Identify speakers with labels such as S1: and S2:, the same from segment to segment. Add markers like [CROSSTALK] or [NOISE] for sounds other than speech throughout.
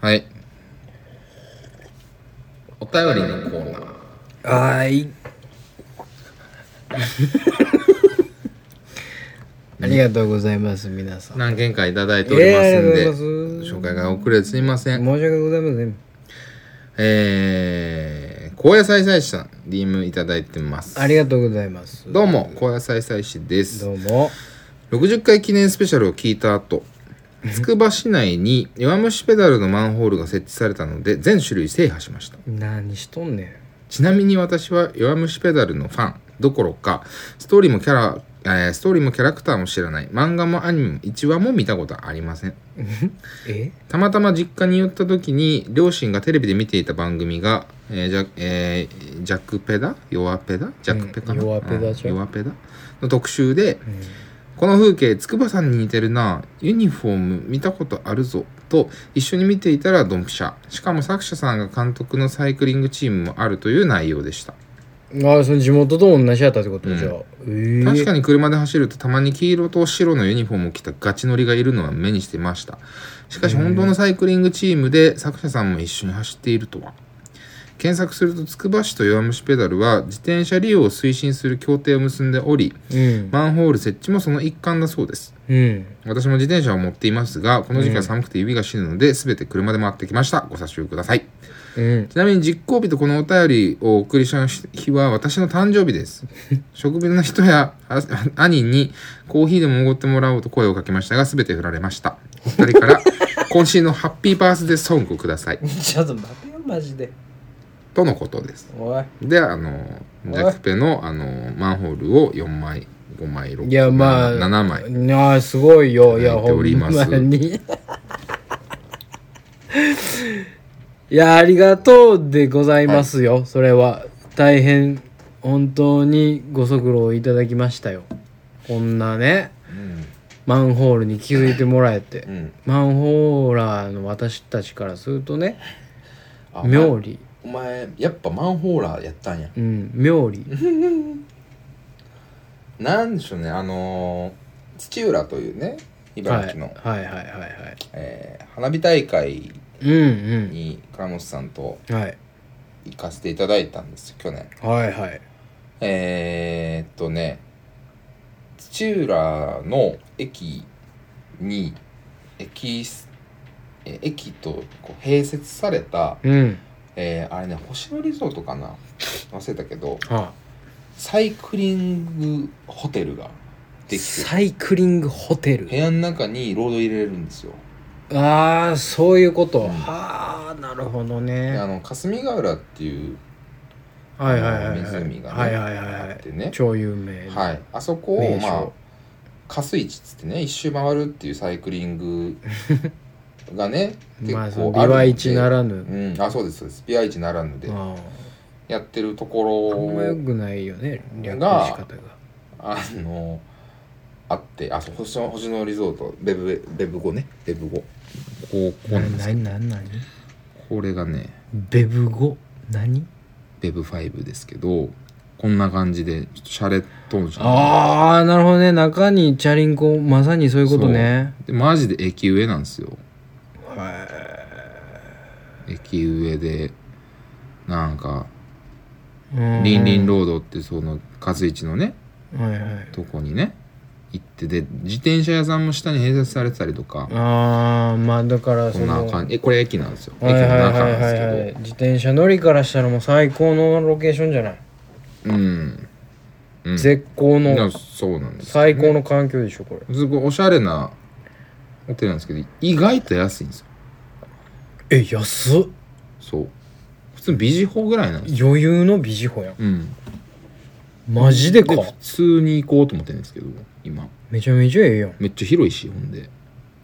S1: はい。お便りのコーナー。
S2: はい。 [LAUGHS] ありがとうございます、皆さん。
S1: 何件かいただいておりますん
S2: えーあり
S1: で、
S2: がとうございます
S1: 紹介が遅れすいませ
S2: 申し
S1: ん。
S2: 訳ございません。
S1: えー、高野菜菜師さん、DM いただいてます。
S2: ありがとうございます。
S1: どうも、高野菜菜師です。
S2: どうも。
S1: 60回記念スペシャルを聞いた後、つくば市内に弱虫ペダルのマンホールが設置されたので、全種類制覇しました。
S2: 何しとんね
S1: ちなみに私は弱虫ペダルのファンどころかストーリーもキャラ、えーストーリーもキャラクターも知らない漫画もアニメも1話も見たことありません
S2: ん。え
S1: たまたま実家に寄った時に両親がテレビで見ていた番組が、えージャえージャックペダ弱ペダジャックペかな、
S2: うん弱ペダじゃん
S1: うん弱ペダの特集で、この風景筑波さんに似てるなユニフォーム見たことあるぞと一緒に見ていたらドンピシャしかも作者さんが監督のサイクリングチームもあるという内容でした
S2: ああ、その地元と同じやったってこと、じゃあ。えー
S1: 確かに車で走るとたまに黄色と白のユニフォームを着たガチ乗りがいるのは目にしてましたしかし本当のサイクリングチームで作者さんも一緒に走っているとは検索するとつくば市と弱虫ペダルは自転車利用を推進する協定を結んでおり
S2: うん。
S1: マンホール設置もその一環だそうです
S2: うん。
S1: 私も自転車を持っていますがこの時期は寒くて指が死ぬので全て車で回ってきましたご察しください
S2: うん。
S1: ちなみに実行日とこのお便りをお送りした日は私の誕生日
S2: [LAUGHS]
S1: です。職場の人やあ兄にコーヒーでもおごってもらおうと声をかけましたが、すべて振られました。お二人
S2: [LAUGHS]
S1: から、今週のハッピーバースデーソングをください。
S2: [LAUGHS] ちょっと待てよ、マジで。
S1: とのことです。
S2: おい。
S1: で、あの、ジャクペのあのマンホールを4枚、5枚、6枚、
S2: いや、まあ。
S1: 7枚。
S2: いや、すごいよ。いや、
S1: いただいて
S2: ほ
S1: おり
S2: ん
S1: ま
S2: ますに。 [LAUGHS] いや、ありがとうでございますよ。それは。大変、本当にご足労いただきましたよ。こんなね、
S1: うん
S2: マンホールに気づいてもらえて
S1: う。ん
S2: マンホーラーの私たちからするとね、
S3: あ
S2: 妙理。
S3: お前やっぱマンホーラーやったんや
S2: うん、妙理。
S3: なんでしょうねあのー土浦というね
S2: はい。
S3: 茨
S2: はい
S3: 城の、
S2: はいはいはい。
S3: えー花火大会
S2: うん
S3: に倉本さんと
S2: うん。はい。
S3: 行かせていただいたんですよ去年
S2: はいはい。
S3: えー、っとね土浦の駅に駅すえ駅とこう併設された、
S2: うん。
S3: えーあれね星野リゾートかな忘れたけど
S2: はあ。
S3: サイクリングホテルができて
S2: サイクリングホテル
S3: 部屋の中にロード入れれるんですよ、
S2: ああそういうこと、
S3: ん
S2: はあなるほど
S3: で
S2: ね
S3: あの霞ヶ浦っていう
S2: はいはいはいはい
S3: 湖がね
S2: はいはいはい
S3: あ
S2: は
S3: ってね
S2: い超有名な
S3: はいあそこ
S2: 名
S3: を
S2: 所
S3: まあ加水地っつってね一周回るっていうサイクリン
S2: [LAUGHS]
S3: グがね結構
S2: ま
S3: あ
S2: あ
S3: る
S2: そ
S3: の
S2: の
S3: で
S2: ビワイチな
S3: ぬ
S2: らぬ
S3: うん、あそうですそうですビワイチならぬで
S2: あ
S3: やってると
S2: ああんまよ
S3: ころ
S2: くないよね略の仕方が
S3: あのあってあそう星野星野リゾートベブベブ5ねベブ5
S1: こう、こうなんです
S2: 何何何
S1: これがね、
S2: ベブ語何
S1: ベブ5ですけど、こんな感じで、ちょっとシャレットンし
S2: ああなるほどね中にチャリンコまさにそういうことね
S1: でマジで駅上なんですよ
S2: は
S1: 駅上でなんか
S2: いうん
S1: リンリンロードってその和市のね
S2: はいはい
S1: とこにね行ってで自転車屋さんも下に併設されてたりとか
S2: ああまあだから
S1: こ
S2: そ
S1: んな
S2: の
S1: 感じえこれ駅なんですよ駅
S2: は
S1: の
S2: いはいはい
S1: 中なん
S2: は
S1: です
S2: いはい
S1: け
S2: 自転車乗りからしたらもう最高のロケーションじゃない、
S1: どうんうん
S2: 絶好
S1: いや
S2: の
S1: そうなんです
S2: 最高の環境でしょこれ
S1: すごいおしゃれなホテルなんですけど意外と安いんですよ
S2: え安っ
S1: そう普通ビジホぐらいなんですよ
S2: 余裕のビジホやん
S1: うん
S2: マジでか
S1: で普通に行こうと思ってるんですけど今
S2: めちゃめちゃええやん
S1: めっちゃ広いしほんで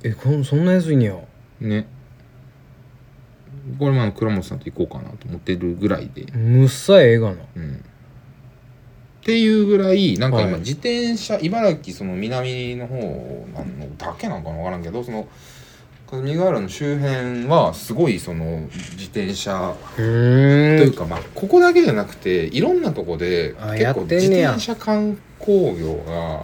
S2: えこんそんな安いんや
S1: ねこれまあ倉本さんと行こうかなと思ってるぐらいで、
S2: むっさええがな
S1: うん、っていうぐらいなんか
S2: は
S3: まあ
S1: 今、
S2: い
S3: 自転車茨城その南の方なんのだけなんかな分からんけどその霞ヶ浦の周辺はすごいその自転車
S2: う
S3: とい
S2: ー
S3: うんか、まあここだけじゃなくていろんなとこで
S2: あ
S3: 結
S2: や
S3: 構
S2: って
S3: 自
S2: んねや
S3: 転車観光業が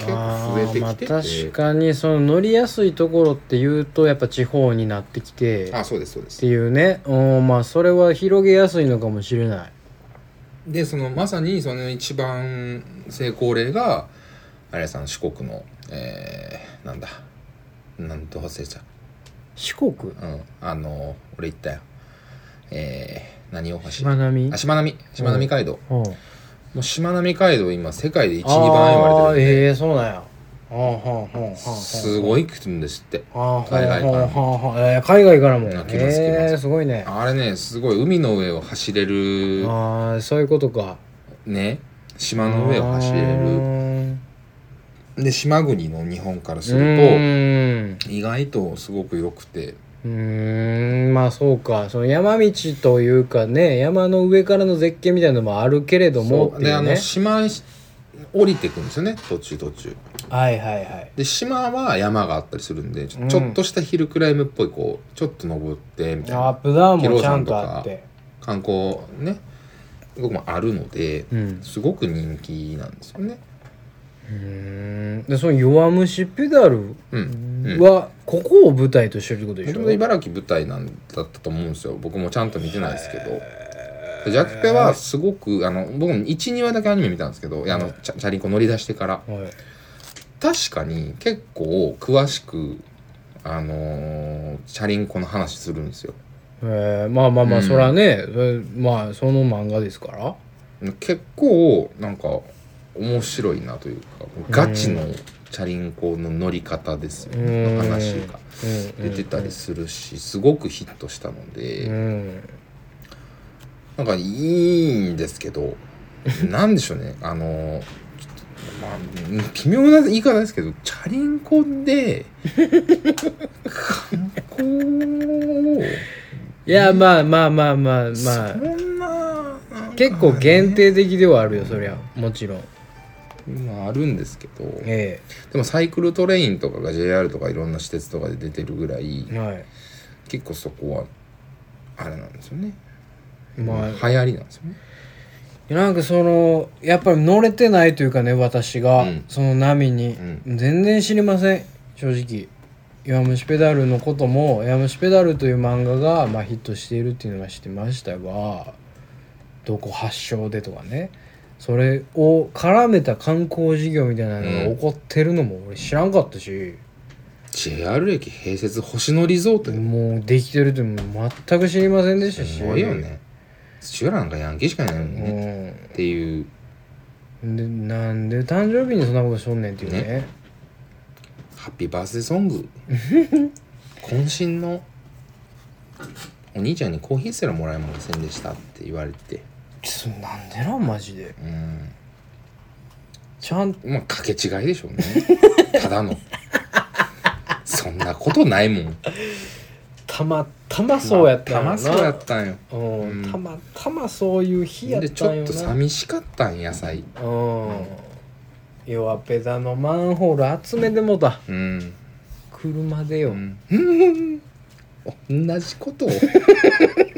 S1: 結構増えてきてて
S2: あーまあ確かにその乗りやすいところっていうとやっぱ地方になってきて
S1: あ
S2: っ
S1: そうですそうです
S2: ていうねうんまあそれは広げやすいのかもしれない
S1: でそのまさにその一番成功例があれさん四国のえー、なんだなんと忘れちゃ
S2: 四国
S1: ううんあの俺言ったよえー、何大橋
S2: しまなみ
S1: あしまなみしまなみ海道、
S2: うん
S1: もうしまなみ海道今世界で12
S2: あ
S1: 番言われてるん
S2: ー
S1: で、
S2: ええそうなんやあーはんはんはんはん
S1: すごい来るんですって
S2: あー
S1: 海外から
S2: はんはんはんはんえー海外からも
S1: うん来ます
S2: え
S1: 来
S2: え
S1: ます
S2: すごいねあ
S1: あれねすごい海の上を走れる
S2: あーそういうことか
S1: ね島の上を走れるで島国の日本からす
S2: う
S1: る
S2: ーん
S1: と意外とすごく良くて
S2: うーんまあそうかその山道というかね山の上からの絶景みたいなのもあるけれども
S1: そ
S2: っ
S1: う
S2: てい
S1: で
S2: う
S1: あ
S2: ね
S1: の島に降りてくんですよね途中途中
S2: はいはいはい
S1: で島は山があったりするんでちょ,、
S2: うん
S1: ちょっとしたヒルクライムっぽいこうちょっと登ってみたい
S2: アッ
S1: な
S2: プダウンもちゃんとあって
S1: 観光ね僕もあるので
S2: うん
S1: すごく人気なんですよね
S2: うーんでその弱虫ペダル
S1: うんうん
S2: はここを舞台としてるってことで
S1: も
S2: し
S1: と
S2: ょ
S1: もと茨城舞台なんだったと思うんですよ僕もちゃんと見てないですけどジャックペはすごくあの僕も12話だけアニメ見たんですけどいやあのチャチャリンコ乗り出してから
S2: はい
S1: 確かに結構詳しくあのーチャリンコの話するんですよ
S2: えーまあまあまあ、
S1: うん
S2: そらねそれまあその漫画ですから
S1: 結構なんか面白いなというかガチのチャリンコの乗り方ですよねの話が
S2: うん
S1: 出てたりするしすごくヒットしたので、
S2: うん
S1: なんかいいんですけど、なんでしょうね、あの、ちょっとまあ、うん微妙な言い方ですけど、チャリンコで、観光を、
S2: いやまあまあまあまあまあ
S1: そんな、なんかね
S2: 結構限、定的ではあるよそりゃもちろん
S1: まあ、あるんですけど、で
S2: え
S1: もサイクルトレインとかが JR とかいろんな施設とかで出てるぐらい
S2: え、はい
S1: 結構そこは、あれなんですよね。
S2: ま
S1: ま
S2: あ
S1: あ、流行りなんですよね。
S2: なんかそのやっぱり乗れてないというかね私が、
S1: うん
S2: その波に、
S1: う
S2: 全然知りません正直「弱虫ペダル」のことも「弱虫ペダル」という漫画が、まあ、ヒットしているっていうのは知ってましたがどこ発祥でとかねそれを絡めた観光事業みたいなのが起こってるのも俺知らんかったし、
S1: JR 駅併設星野リゾートよ
S2: もうできてるってもう全く知りませんでしたし
S1: すごいよね土浦なんかヤンキーしかいないのにね、
S2: うん
S1: っていう
S2: でなんで誕生日にそんなことしとんねんっていうね
S1: ねハッピーバースデーソング渾身の「お兄ちゃんにコーヒーすらもらえませんでした」って言われて
S2: ちょなんでなんマジで
S1: うん
S2: ちゃん
S1: まあ掛け違いでしょ [LAUGHS] うねただのそんなことないもん
S2: たまたまそうやったん
S1: ま
S2: な
S1: あそうやったんよ
S2: うん
S1: うん
S2: たまたまそういう日やっ
S1: でち
S2: たん
S1: ょ
S2: よ
S1: っと
S2: な
S1: 寂しかったん野菜
S2: うん弱ペダのマンホール集めてもうた
S1: うん、
S2: 車でよ、
S1: うん、同じことを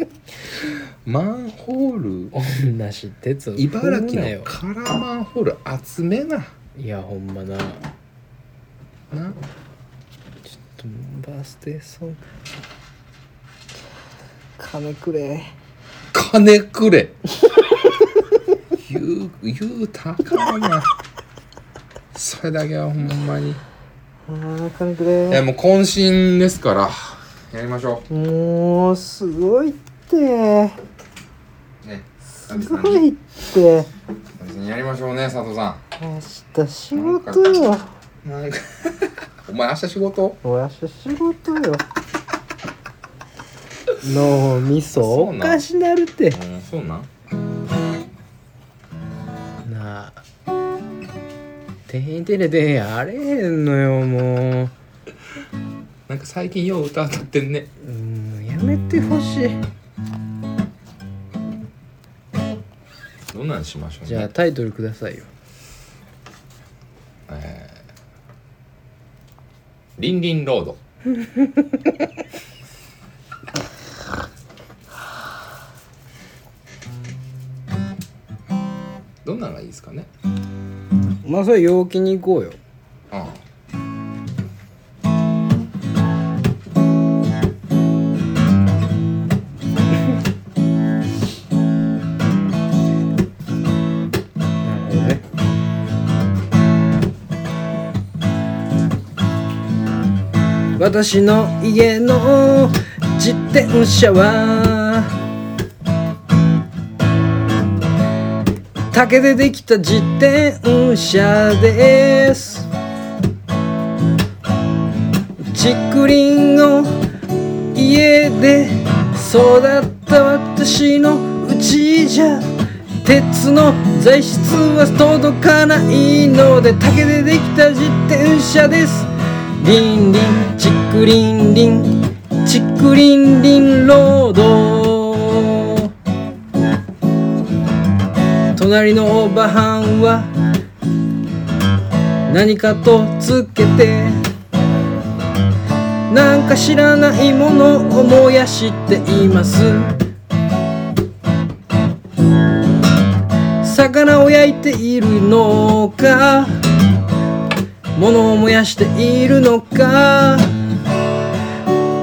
S2: [LAUGHS]
S1: マンホール
S2: 同じ鉄を
S1: 茨
S2: 踏むな
S1: 城
S2: よ
S1: のカラーマンホール集めない
S2: やほんま
S1: な
S2: なバースデーソング金くれ
S1: 金くれ言う言うたからなそれだけはほんまにい
S2: あ金くれ
S1: やもう渾身ですからやりましょ
S2: もうすごいって
S1: うね
S2: すごいって
S1: 別にやりましょうね佐藤さ
S2: 明日仕事
S1: ん
S2: よ
S1: なんかお前明日仕事
S2: お明日仕事よ脳みそ
S1: そう
S2: お
S1: なん
S2: かしなるって
S1: うんそうなん
S2: なあてへんてれてへんやれへんのよもう
S1: なんか最近よう歌歌ってんね
S2: うんやめてほしい
S1: どんなんしましょうね
S2: じゃあタイトルくださいよ
S1: えーリンリンロ [LAUGHS] ードどんなのがいいですかね
S2: まあそれ陽気に行こうよ
S1: うん
S2: なるほどね私の家の自転車は竹でできた自転車です竹林を家で育った私のうちじゃ鉄の材質は届かないので竹でできた自転車ですリンリンチクリンリンチクリンリンロード隣のおばはんは何かとつけてなんか知らないものを燃やしています魚を焼いているのか物を燃やしているのか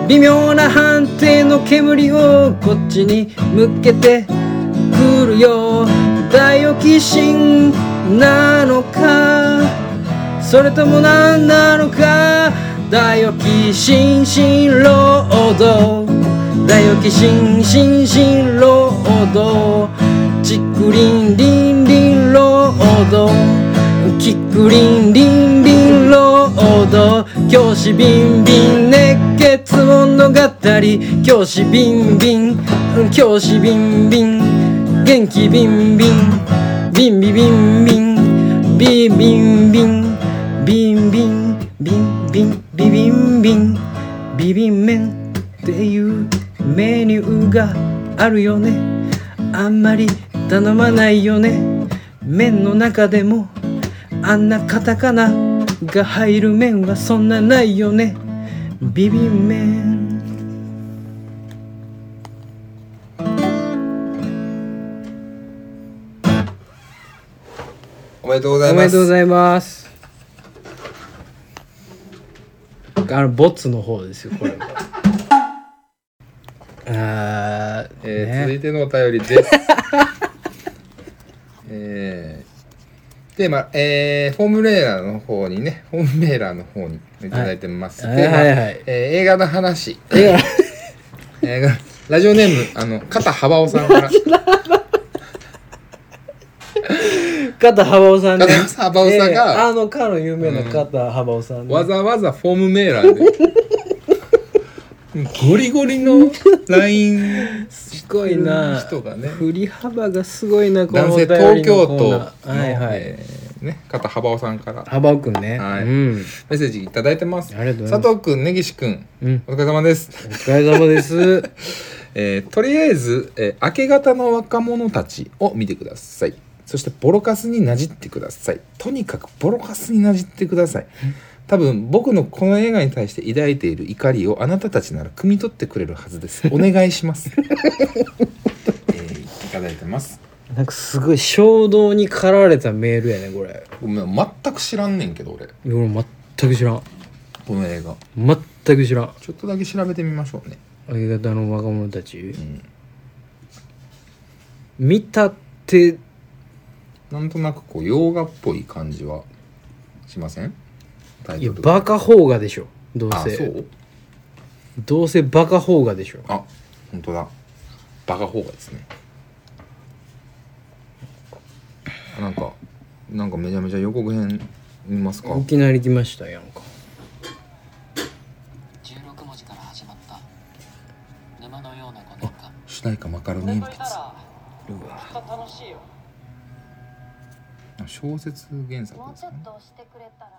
S2: 微妙な判定の煙をこっちに向けてくるよ大オキシンなのかそれとも何なのか大オキシン新労働大オキシン新新労働チクリンリンリンロードキクリンリンリンロード教師ビンビン熱血物語教師ビンビン教師ビンビン元気ビンビンビンビビンビンビビンビンビンビンビンビンビビンビンビビン麺っていうメニューがあるよねあんまり頼まないよね麺の中でもあんなカタカナが入る麺はそんなないよねビビン麺
S1: おめでとうござ
S2: お
S1: い
S2: め
S1: ま
S2: でとうご
S1: す
S2: ざいますあのボツの方ですよこ [LAUGHS] れはあー、
S1: えー
S2: ね
S1: 続いてのお便りです [LAUGHS] えーテーマ、えーフォームレーラーの方にね、フォームレーラーの方にいただいてます。
S2: はい
S1: テーマ
S2: はいはい
S1: えー映画の話。
S2: 映
S1: 映画ラジオネーム、あの、片幅尾さんから。
S2: 画 [LAUGHS] 片幅尾さんね
S1: 片幅尾さんが
S2: ええあのかの有名な片幅尾さんね
S1: わざわざフォームメーラーでゴリゴリの LINE
S2: すごいな
S1: 人がね
S2: 振り幅がすごいなこの
S1: 男
S2: お
S1: 性
S2: 便り
S1: 東京
S2: の
S1: 都
S2: コ
S1: の
S2: ーナーはいはい
S1: えーね片幅尾さんから
S2: 幅尾くんね
S1: はい
S2: うん
S1: メッセージいただいてます
S2: ありがとうございます
S1: 佐藤くん根岸くん
S2: うん
S1: お疲れ様です、
S2: お疲れ様です
S1: [LAUGHS] えーとりあえず、えー明け方の若者たちを見てくださいそしてボロカスになじってくださいとにかくボロカスになじってください多分僕のこの映画に対して抱いている怒りをあなたたちなら汲み取ってくれるはずですお願いし
S2: [LAUGHS]
S1: ます、えー、いただいてます
S2: なんかすごい衝動に駆られたメールやねこれ
S1: ごめん全く知らんねんけど俺
S2: 俺全く知らん
S1: この映画
S2: 全く知らん
S1: ちょっとだけ調べてみましょうね、
S2: 明け方の若者たち
S1: うん、
S2: 見たって
S1: なんとなくこう洋画っぽい感じはしませんタイ
S2: いや
S1: トルが
S2: バカ邦画でしょどう
S1: あそ
S2: せ
S1: う
S2: どうせバカ邦画でしょ
S1: あ本当だバカ方がですねあなんかなんかめちゃめちゃ予告編見ますか
S2: 沖縄に来ましたやんか
S4: 16文字から始まった沼のような5年間
S1: 主題歌マカロニ
S4: 俺
S1: 鉛
S4: といた
S1: 筆
S4: ら
S1: うわ
S4: また楽しいよ
S1: 小説原作
S5: もう
S1: です
S5: ちょ
S1: ね
S5: っと押してくれたら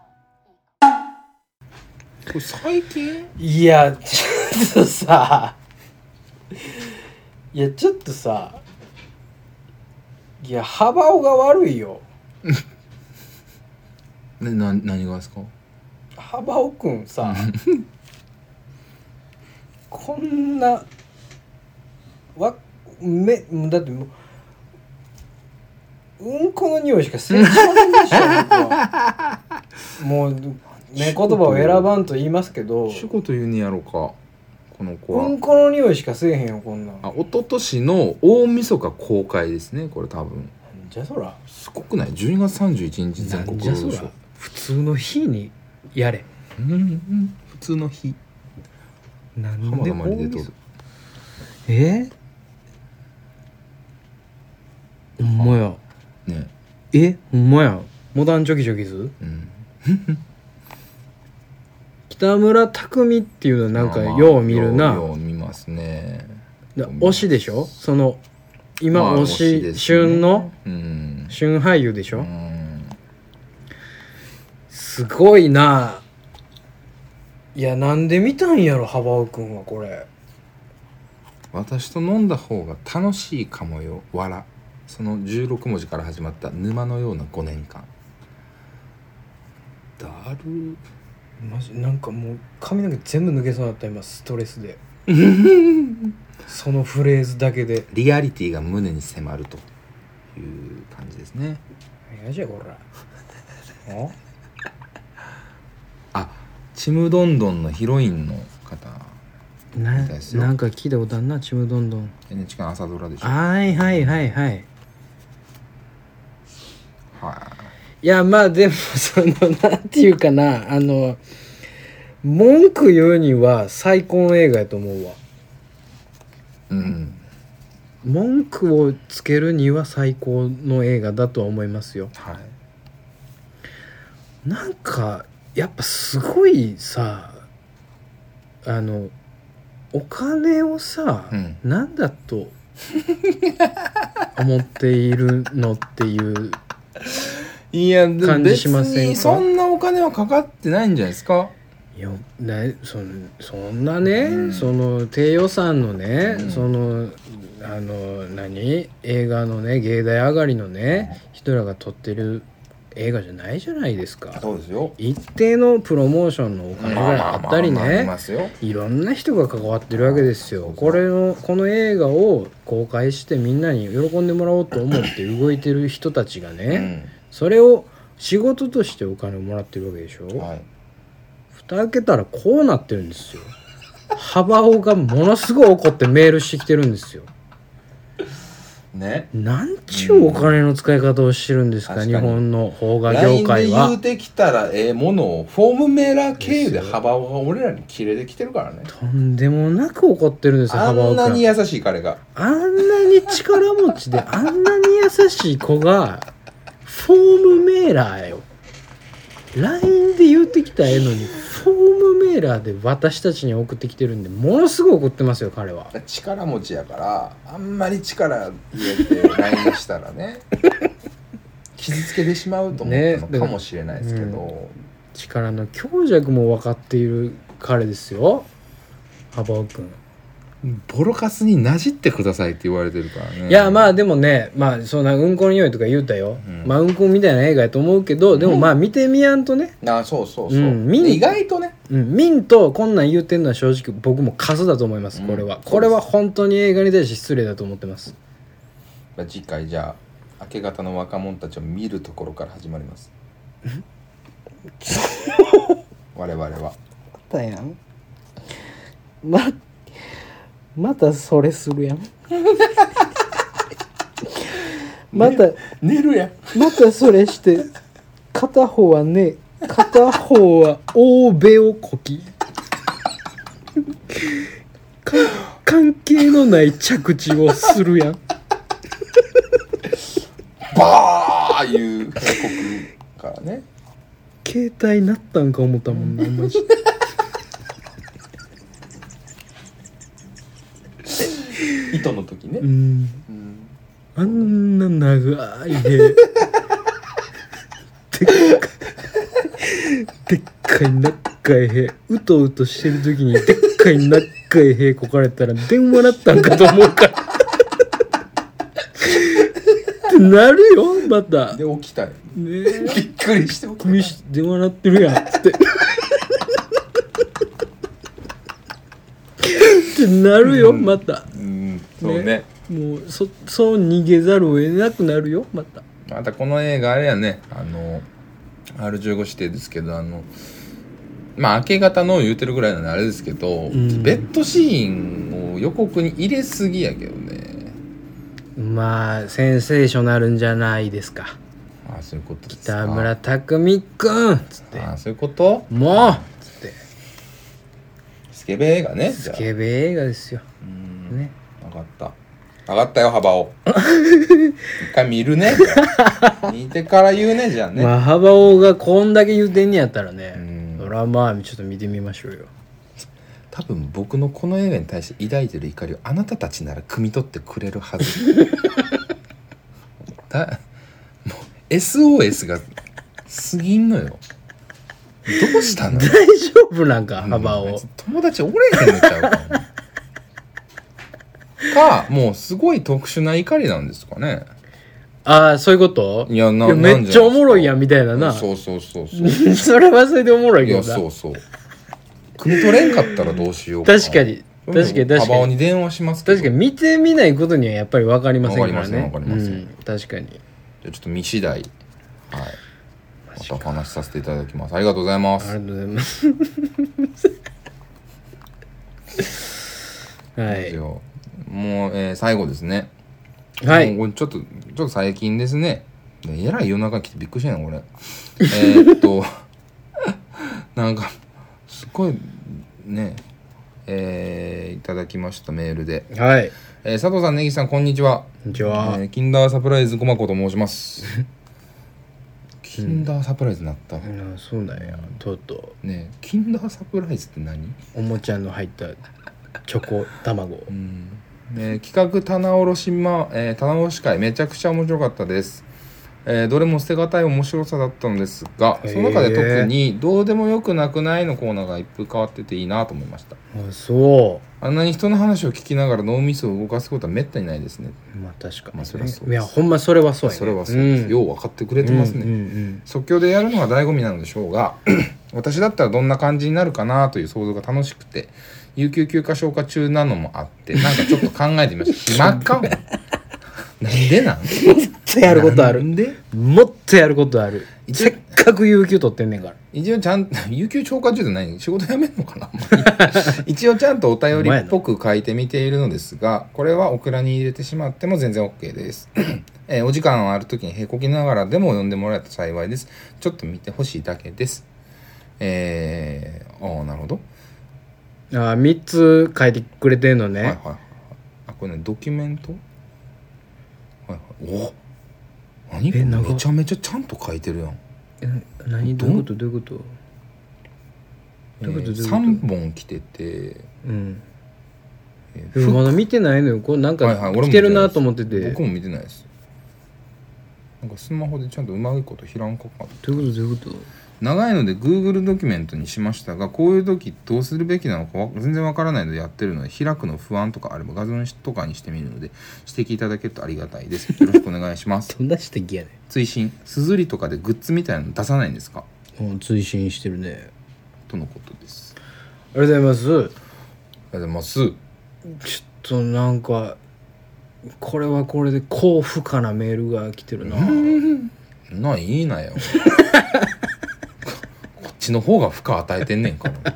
S5: いいか
S1: これ最近
S2: いやちょっとさいやちょっとさいや幅尾が悪いよ
S1: ねな何がですか
S2: 幅尾くんさこんなわめだっても [LAUGHS] ううんこの匂いしかせんしませんでしたよ僕はもうね言葉を選ばんと言いますけど
S1: 主語というにやろうかこの子
S2: う
S1: は、
S2: んこの匂いしかせえへんよこんなん
S1: あ一昨年の大晦日公開ですねこれ多分
S2: なんじゃそら
S1: すごくない12月31日全国ロードショー
S2: 普通の日にやれ
S1: うんうん普通の日
S2: なん
S1: 浜
S2: で
S1: 田まり出とる
S2: 大晦日えほんまや
S1: ね
S2: えほんまやモダンチョキチョキズ
S1: うん
S2: 北村匠海っていうのなんか
S1: まあ
S2: よう見るな、
S1: ようよう見ますね
S2: で推しでしょその今、
S1: まあ
S2: 推
S1: 推しで
S2: し
S1: すね
S2: 旬の
S1: うん
S2: 旬俳優でしょ、
S1: うん
S2: すごいないやなんで見たんやろ幅尾くんはこれ
S1: 私と飲んだ方が楽しいかもよ「わら」その16文字から始まった沼のような5年間だる
S2: マジなんかもう髪の毛全部抜けそうだった今ストレ
S1: [LAUGHS]
S2: スでそのフレーズだけで
S1: リアリティが胸に迫るという感じですね
S2: 「やじゃこら」お
S1: あちむどんどんのヒロインの方
S2: な
S1: たいですよ
S2: なんか聞いたことあんなちむどんどん
S1: NHK の朝ドラでしょは
S2: はいはいはいはい
S1: い
S2: いやまあでもそのなんていうかなあの文句言うには最高の映画やと思うわ
S1: うん
S2: 文句をつけるには最高の映画だとは思いますよ
S1: はい
S2: なんかやっぱすごいさあのお金をさ、
S1: うん
S2: なんだと思っているのっていう
S1: いやでも
S2: 感じ
S1: 別
S2: しませんか
S1: にそんなお金はかかってないんじゃないですか
S2: よね、そのそんなね、
S1: うん
S2: その低予算のね、
S1: うん
S2: そのあの何映画のね芸大上がりのね、人らが撮ってる映画じゃないじゃないですか
S1: そうですよ
S2: 一定のプロモーションのお金があったり
S1: まあまあまああり
S2: ね
S1: ますよ
S2: いろんな人が関わってるわけです
S1: そう
S2: よ
S1: そう
S2: これのこの映画を公開してみんなに喜んでもらおうと思って動いてる人たちがね、それを仕事としてお金をもらってるわけでしょ、
S1: うんはい
S2: 蓋開けたらこうなってるんですよ幅尾がものすごい怒ってメールしてきてるんですよ
S1: ね
S2: なんちゅうお金の使い方をしてるんですか,、
S1: うん
S2: 日
S1: 確かに
S2: 本の邦画
S1: LINE
S2: 業
S1: で
S2: 界
S1: 言う
S2: は
S1: てきたらええものをフォームメーラー経由で幅を俺らに切れてきてるからね
S2: とんでもなく怒ってるんですよ
S1: あ
S2: 幅尾
S1: んなに
S2: 君
S1: 優しい彼が
S2: あんなに力持ちであんなに優しい子がフォームメーラーよ LINE で言ってきたらええのにフォームメーラーで私たちに送ってきてるんでものすごい怒ってますよ彼は
S1: 力持ちやからあんまり力入れて LINE したら [LAUGHS] ね傷つけてしまうと思ったのかもしれないですけど、
S2: 力の強弱も分かっている彼ですよ幅尾君、
S1: ボロカスになじってくださいって言われてるからね
S2: いやまあでもねまあそんなうんこの匂いとか言うたよ、
S1: うん
S2: まあうんこみたいな映画やと思うけどでもまあ見てみやんとね、
S1: あそうそうそう、
S2: うん見に
S1: で意外とね
S2: うん、ミンとこんなん言うてんのは正直僕も数だと思いますこれは、
S1: うん
S2: これは本当に映画に対して失礼だと思ってます
S1: まあ次回じゃあ明け方の若者たちを見るところから始まります
S2: [LAUGHS]
S1: 我々は
S2: たやんままたそれする [LAUGHS] やんまた
S1: 寝るやん
S2: またそれして片方はね片方は大べをこきか関係のない着地をするやん
S1: バーいう警告からね
S2: 携帯なったんか思ったもんなマジで
S1: 糸の時ね、
S2: うん
S1: うん
S2: あんな長いねでっかいでっかい長い塀うとうとしてる時にでっかい長い塀こかれたら電話だったんかと思うからってなるよまたね
S1: で起きたよ
S2: え
S1: びっくりして起きた
S2: 君し電話鳴ってるやんっつってってなるよまた、
S1: うんそうね
S2: ねもうそそう逃げざるを得なくなるよまた
S1: またこの映画あれやねあの R15 指定ですけどあのまあ明け方の言うてるぐらいなんであれですけど、
S2: ん
S1: ベッドシーンを予告に入れすぎやけどね
S2: まあセンセーショナルんじゃないですか
S1: ああそういうことですか
S2: 北村匠海くんっつって
S1: ああそういうこと
S2: もうっつって
S1: スケベがねじ
S2: ス
S1: ゃあ
S2: ケベ映画ですよ
S1: うん
S2: ね
S1: 上がった上がったよ幅 [LAUGHS] を一回見るね [LAUGHS] 見てから言うねじゃあね、
S2: まあ幅王がこんだけ言うてんねやったら
S1: う
S2: ね
S1: ん
S2: ドラマあちょっと見てみましょ
S1: [LAUGHS]
S2: うよ
S1: 多分僕のこの映画に対して抱いてる怒りをあなたたちなら汲み取ってくれるは
S2: [LAUGHS]
S1: ずだもう SOS が過ぎんのよどうしたの
S2: 大丈夫なんか幅
S1: うん
S2: を
S1: 別に友達おれへんのちゃうかかもうすごい特殊な怒りなんですかね
S2: ああそういうこと
S1: いやな
S2: めっちゃおもろいやんみたいな
S1: た
S2: なそ
S1: そうそうそうそう
S2: れは [LAUGHS] それでおもろい
S1: い
S2: けど
S1: や
S2: な
S1: そう
S2: [LAUGHS]
S1: そう汲み取れんかったらどうしよう
S2: 確かに確かに確
S1: カバ
S2: か
S1: オ
S2: に
S1: に電話しますけど
S2: 確かに見てみないことにはやっぱり分かりませんからね
S1: わかりませんわかりません
S2: うん確かに
S1: じゃあちょっと見次第、はい、またお話しさせていただきます。ありがとうございま
S2: ありが
S1: す。
S2: とうございますは
S1: 以
S2: い
S1: 上もう、えー最後ですね。
S2: はい
S1: もうこれちょっと、ちょっと最近ですね。ねえらい夜中に来てびっくりしたよ、
S2: [LAUGHS]
S1: 俺。えーっと、 [LAUGHS] なんか、すごい、ね、えーいただきました、メールで。
S2: はい
S1: えー佐藤さん、根岸さん、こんにちは。
S2: こんにちは、
S1: えーキンダーサプライズごまこと申し
S2: [LAUGHS]
S1: ます。キンダーサプライズになった。
S2: あそうなんやとうと
S1: ねえキンダーサプライズって何
S2: うおもちゃの入ったチョコ卵
S1: うんえー企画棚卸しま、えー棚卸し会めちゃくちゃ面白かったです、えーどれも捨てがたい面白さだったのですが
S2: へー
S1: その中で特に「どうでもよくなくない?」のコーナーが一風変わってていいなと思いました
S2: あそ
S1: あんなに人の話を聞きながら脳みそを動かすことはめったにないですね
S2: うまあ確かに、ね
S1: まあそれはそうです
S2: いやほんまそれはそうや、ね、
S1: それはそうです、
S2: ん
S1: よう分かってくれてますね、
S2: うんうん
S1: 即興でやるのが醍醐味なのでしょうが私だったらどんな感じになるかなという想像が楽しくて有給休暇消化中なのもあってなんかちょっと考えてみました暇かもなんでなん
S2: うんもっとやることあ
S1: な
S2: る
S1: んで
S2: もっとやることある
S1: 一応
S2: せっかく有給取ってんねんから
S1: 一応ちゃんと [LAUGHS] 有給消化中じゃない仕事辞めるのかな [LAUGHS] あんまり一応ちゃんとお便りっぽく書いてみているのですがこれはオクラに入れてしまっても全然 OK です、えーお時間ある時にへこきながらでも読んでもらえたら幸いですちょっと見てほしいだけですえー、ああなるほど
S2: あ3つ書いてくれてんのね、
S1: はいはいはいあこれねドキュメントはいはいお何こ
S2: え
S1: れ
S2: 長っ
S1: めちゃめちゃちゃんと書いてるやん
S2: え何どういうことどういうことどういうことどういうこと
S1: 3本来てて、
S2: うん
S1: えー
S2: でもまだ見てないのよこれなん
S1: はいはい
S2: か
S1: 俺も
S2: 来
S1: 見てない
S2: て
S1: です
S2: るなと思ってて、
S1: 僕も見てないですなんかスマホでちゃんとうまいこと開んかかった
S2: どういうことどういうこと
S1: 長いので Google ドキュメントにしましたがこういう時どうするべきなのかわ全然わからないのでやってるので開くの不安とかあれば画像にしとかにしてみるので指摘いただけるとありがたいですよろしくお願いし
S2: [LAUGHS]
S1: ます
S2: どんな指摘やね
S1: 追伸すずりとかでグッズみたいなの出さないんですか
S2: ん追伸してるね
S1: とのことです
S2: ありがとうございま
S1: ありがとうございます
S2: すちょっとなんかこれはこれで高負荷なメールが来てるな
S1: ないいなよここっちの方が負荷与えてんねんから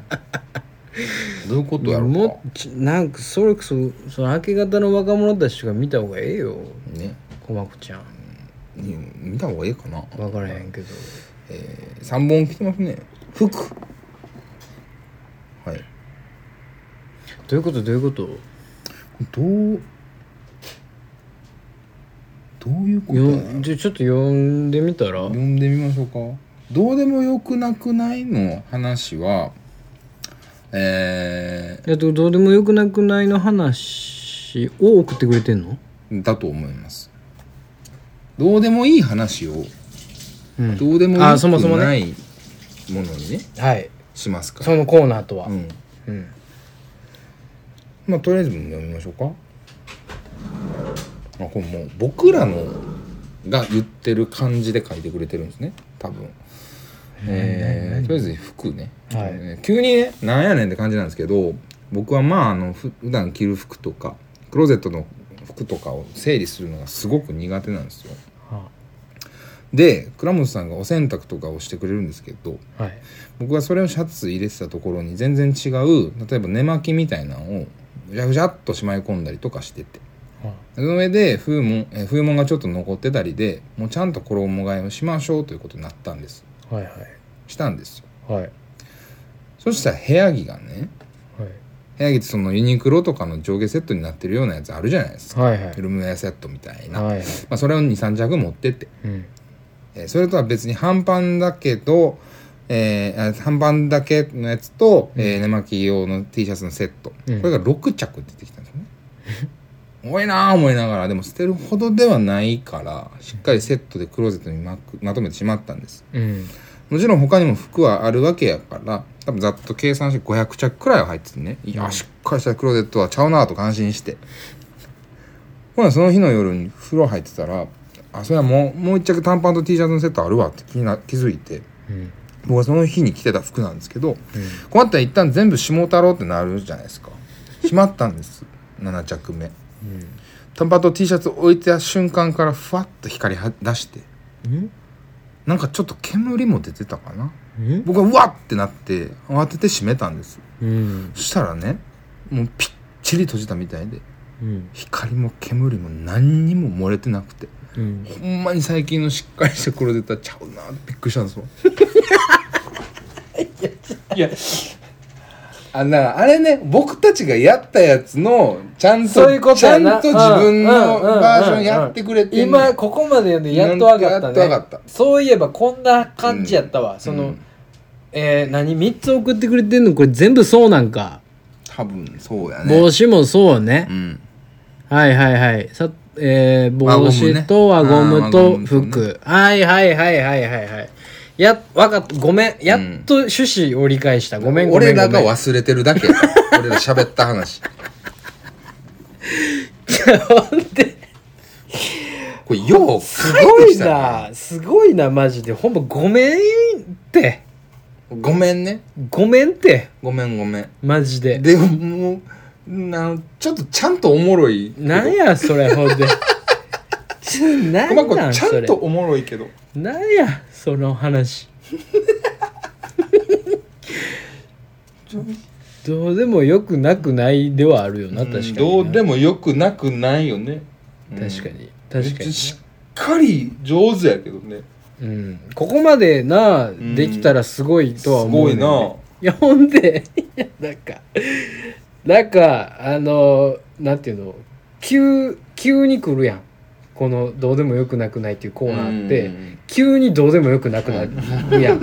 S1: どういうことやろうか
S2: もっちなんかそれこそその明け方の若者たちが見た方がええよ
S1: ね
S2: こまこちゃん
S1: うん見た方がいいかな、
S2: 分からへんけど
S1: えー、3本来てますね服はい
S2: どういうことどういうこと
S1: どうどういうことや
S2: よんじゃあちょっと読んでみたら
S1: 読んでみましょうかどうでもよくなくないの話はえ
S2: えっとどうでもよくなくないの話を送ってくれてんの
S1: ー、だと思いますどうでもいい話を
S2: うん
S1: どうでもよく
S2: あそもそもね
S1: ないものにね
S2: はい
S1: しますから
S2: そのコーナーとは
S1: うん
S2: うん
S1: まあとりあえず読みましょうかあこれもう僕らのが言ってる感じで書いてくれてるんですね多分えー、とりあえず服ね、
S2: はい
S1: えー急にねなんやねんって感じなんですけど僕はまああのふ普段着る服とかクローゼットの服とかを整理するのがすごく苦手なんですよ
S2: は
S1: で倉本さんがお洗濯とかをしてくれるんですけど
S2: はい
S1: 僕がそれをシャツ入れてたところに全然違う例えば寝巻きみたいなのをぐちゃぐちゃっとしまい込んだりとかしててその上で風紋えー風紋がちょっと残ってたりでもうちゃんと衣替えをしましょうということになったんです
S2: はいはい
S1: したんですよ
S2: はいはい
S1: そしたら部屋着がね部屋着ってそのユニクロとかの上下セットになってるようなやつあるじゃないですか、
S2: はいはい
S1: ルームウェアセットみたいな、
S2: はいは
S1: ま
S2: い
S1: あ、それを23着持ってって、
S2: うん
S1: えーそれとは別に半パンだけど、えーあ半パンだけのやつと、えー寝巻き用の T シャツのセット、
S2: うん
S1: これが6着出てきたんですよね重いなあ思いながらでも捨てるほどではないからしっかりセットでクローゼットにまくまとめてしまったんです
S2: うん
S1: もちろん他にも服はあるわけやから多分ざっと計算して500着くらいは入っててねいやしっかりしたクローゼットはちゃうなあと感心してほらその日の夜に風呂入ってたらあそれはもうもう一着短パンと T シャツのセットあるわって気にな気づいて
S2: うん
S1: 僕はその日に着てた服なんですけど、こうやったら一旦全部下太郎ってなるじゃないですかしまったんです [LAUGHS] 7着目短パンと T シャツ置いた瞬間からふわっと光りは出して
S2: うん
S1: なんかちょっと煙も出てたかな
S2: うん
S1: 僕はうわっってなって慌てて閉めたんです
S2: うん
S1: そしたらねもうぴっちり閉じたみたいで
S2: うん
S1: 光も煙も何にも漏れてなくて
S2: うん
S1: ほんまに最近のしっかりした黒出たちゃうなってびっくりしたんですよ
S6: いやあなあれね僕たちがやったやつのちゃんと
S2: そういうこと
S6: ちゃ
S2: や
S6: ん
S2: な
S6: と自分の
S2: うんうんうん
S6: バージョンやってくれてんの
S2: 今ここまで読んでやっとわかったね
S6: やっとわかった
S2: そういえばこんな感じやったわ、そうの
S6: ん
S2: えー、何3つ送ってくれてんのこれ全部そうなんか、
S1: 多分そうやね
S2: 帽子もそうね
S1: う、ん
S2: はいはいはいさ、えー、
S1: 輪ゴ
S2: 帽
S1: ムね
S2: 子と輪ゴム
S1: あー輪
S2: と
S1: ゴムとね
S2: 服、はいはいはいはいはいはいやわかったごめんやっと趣旨折り返した、ごめんごめ
S1: 俺
S2: んごめ
S1: ら
S2: ん
S1: が忘れてる
S2: [LAUGHS]
S1: だけ俺ら喋った話
S2: [LAUGHS] ほんで
S1: これよう
S2: す
S1: 帰っ
S2: ご
S1: て
S2: い
S1: きたね
S2: なすごいなマジでほんまごめんって
S1: ごめんね
S2: ごめんって
S1: ごめんごめん
S2: マジで
S1: でももうなちょっとちゃんとおもろいけど
S2: なんやそれほん
S1: [LAUGHS]
S2: でちょな
S1: ごめんこ
S2: んな
S1: れ
S2: ん
S1: ちゃ
S2: そ
S1: ん
S2: れ
S1: とおもろいけど
S2: なんやその話どうでもよくなくないではあるよな確かにな
S6: どうでもよくなくないよね
S2: 確かに
S6: うん
S2: 確
S6: めっち
S2: か
S6: ゃ
S2: に
S6: しっかり上手やけどね
S2: うんここまでなできたらすごいとは
S6: す
S2: 思
S6: ごい
S2: うねんね、
S6: ない
S2: やほんで [LAUGHS] いやなんかなんかあのなんていうの急急に来るやんこの「どうでもよくなくない」っていうコーナーって
S6: うん
S2: 急にどうでもよくなくなるやん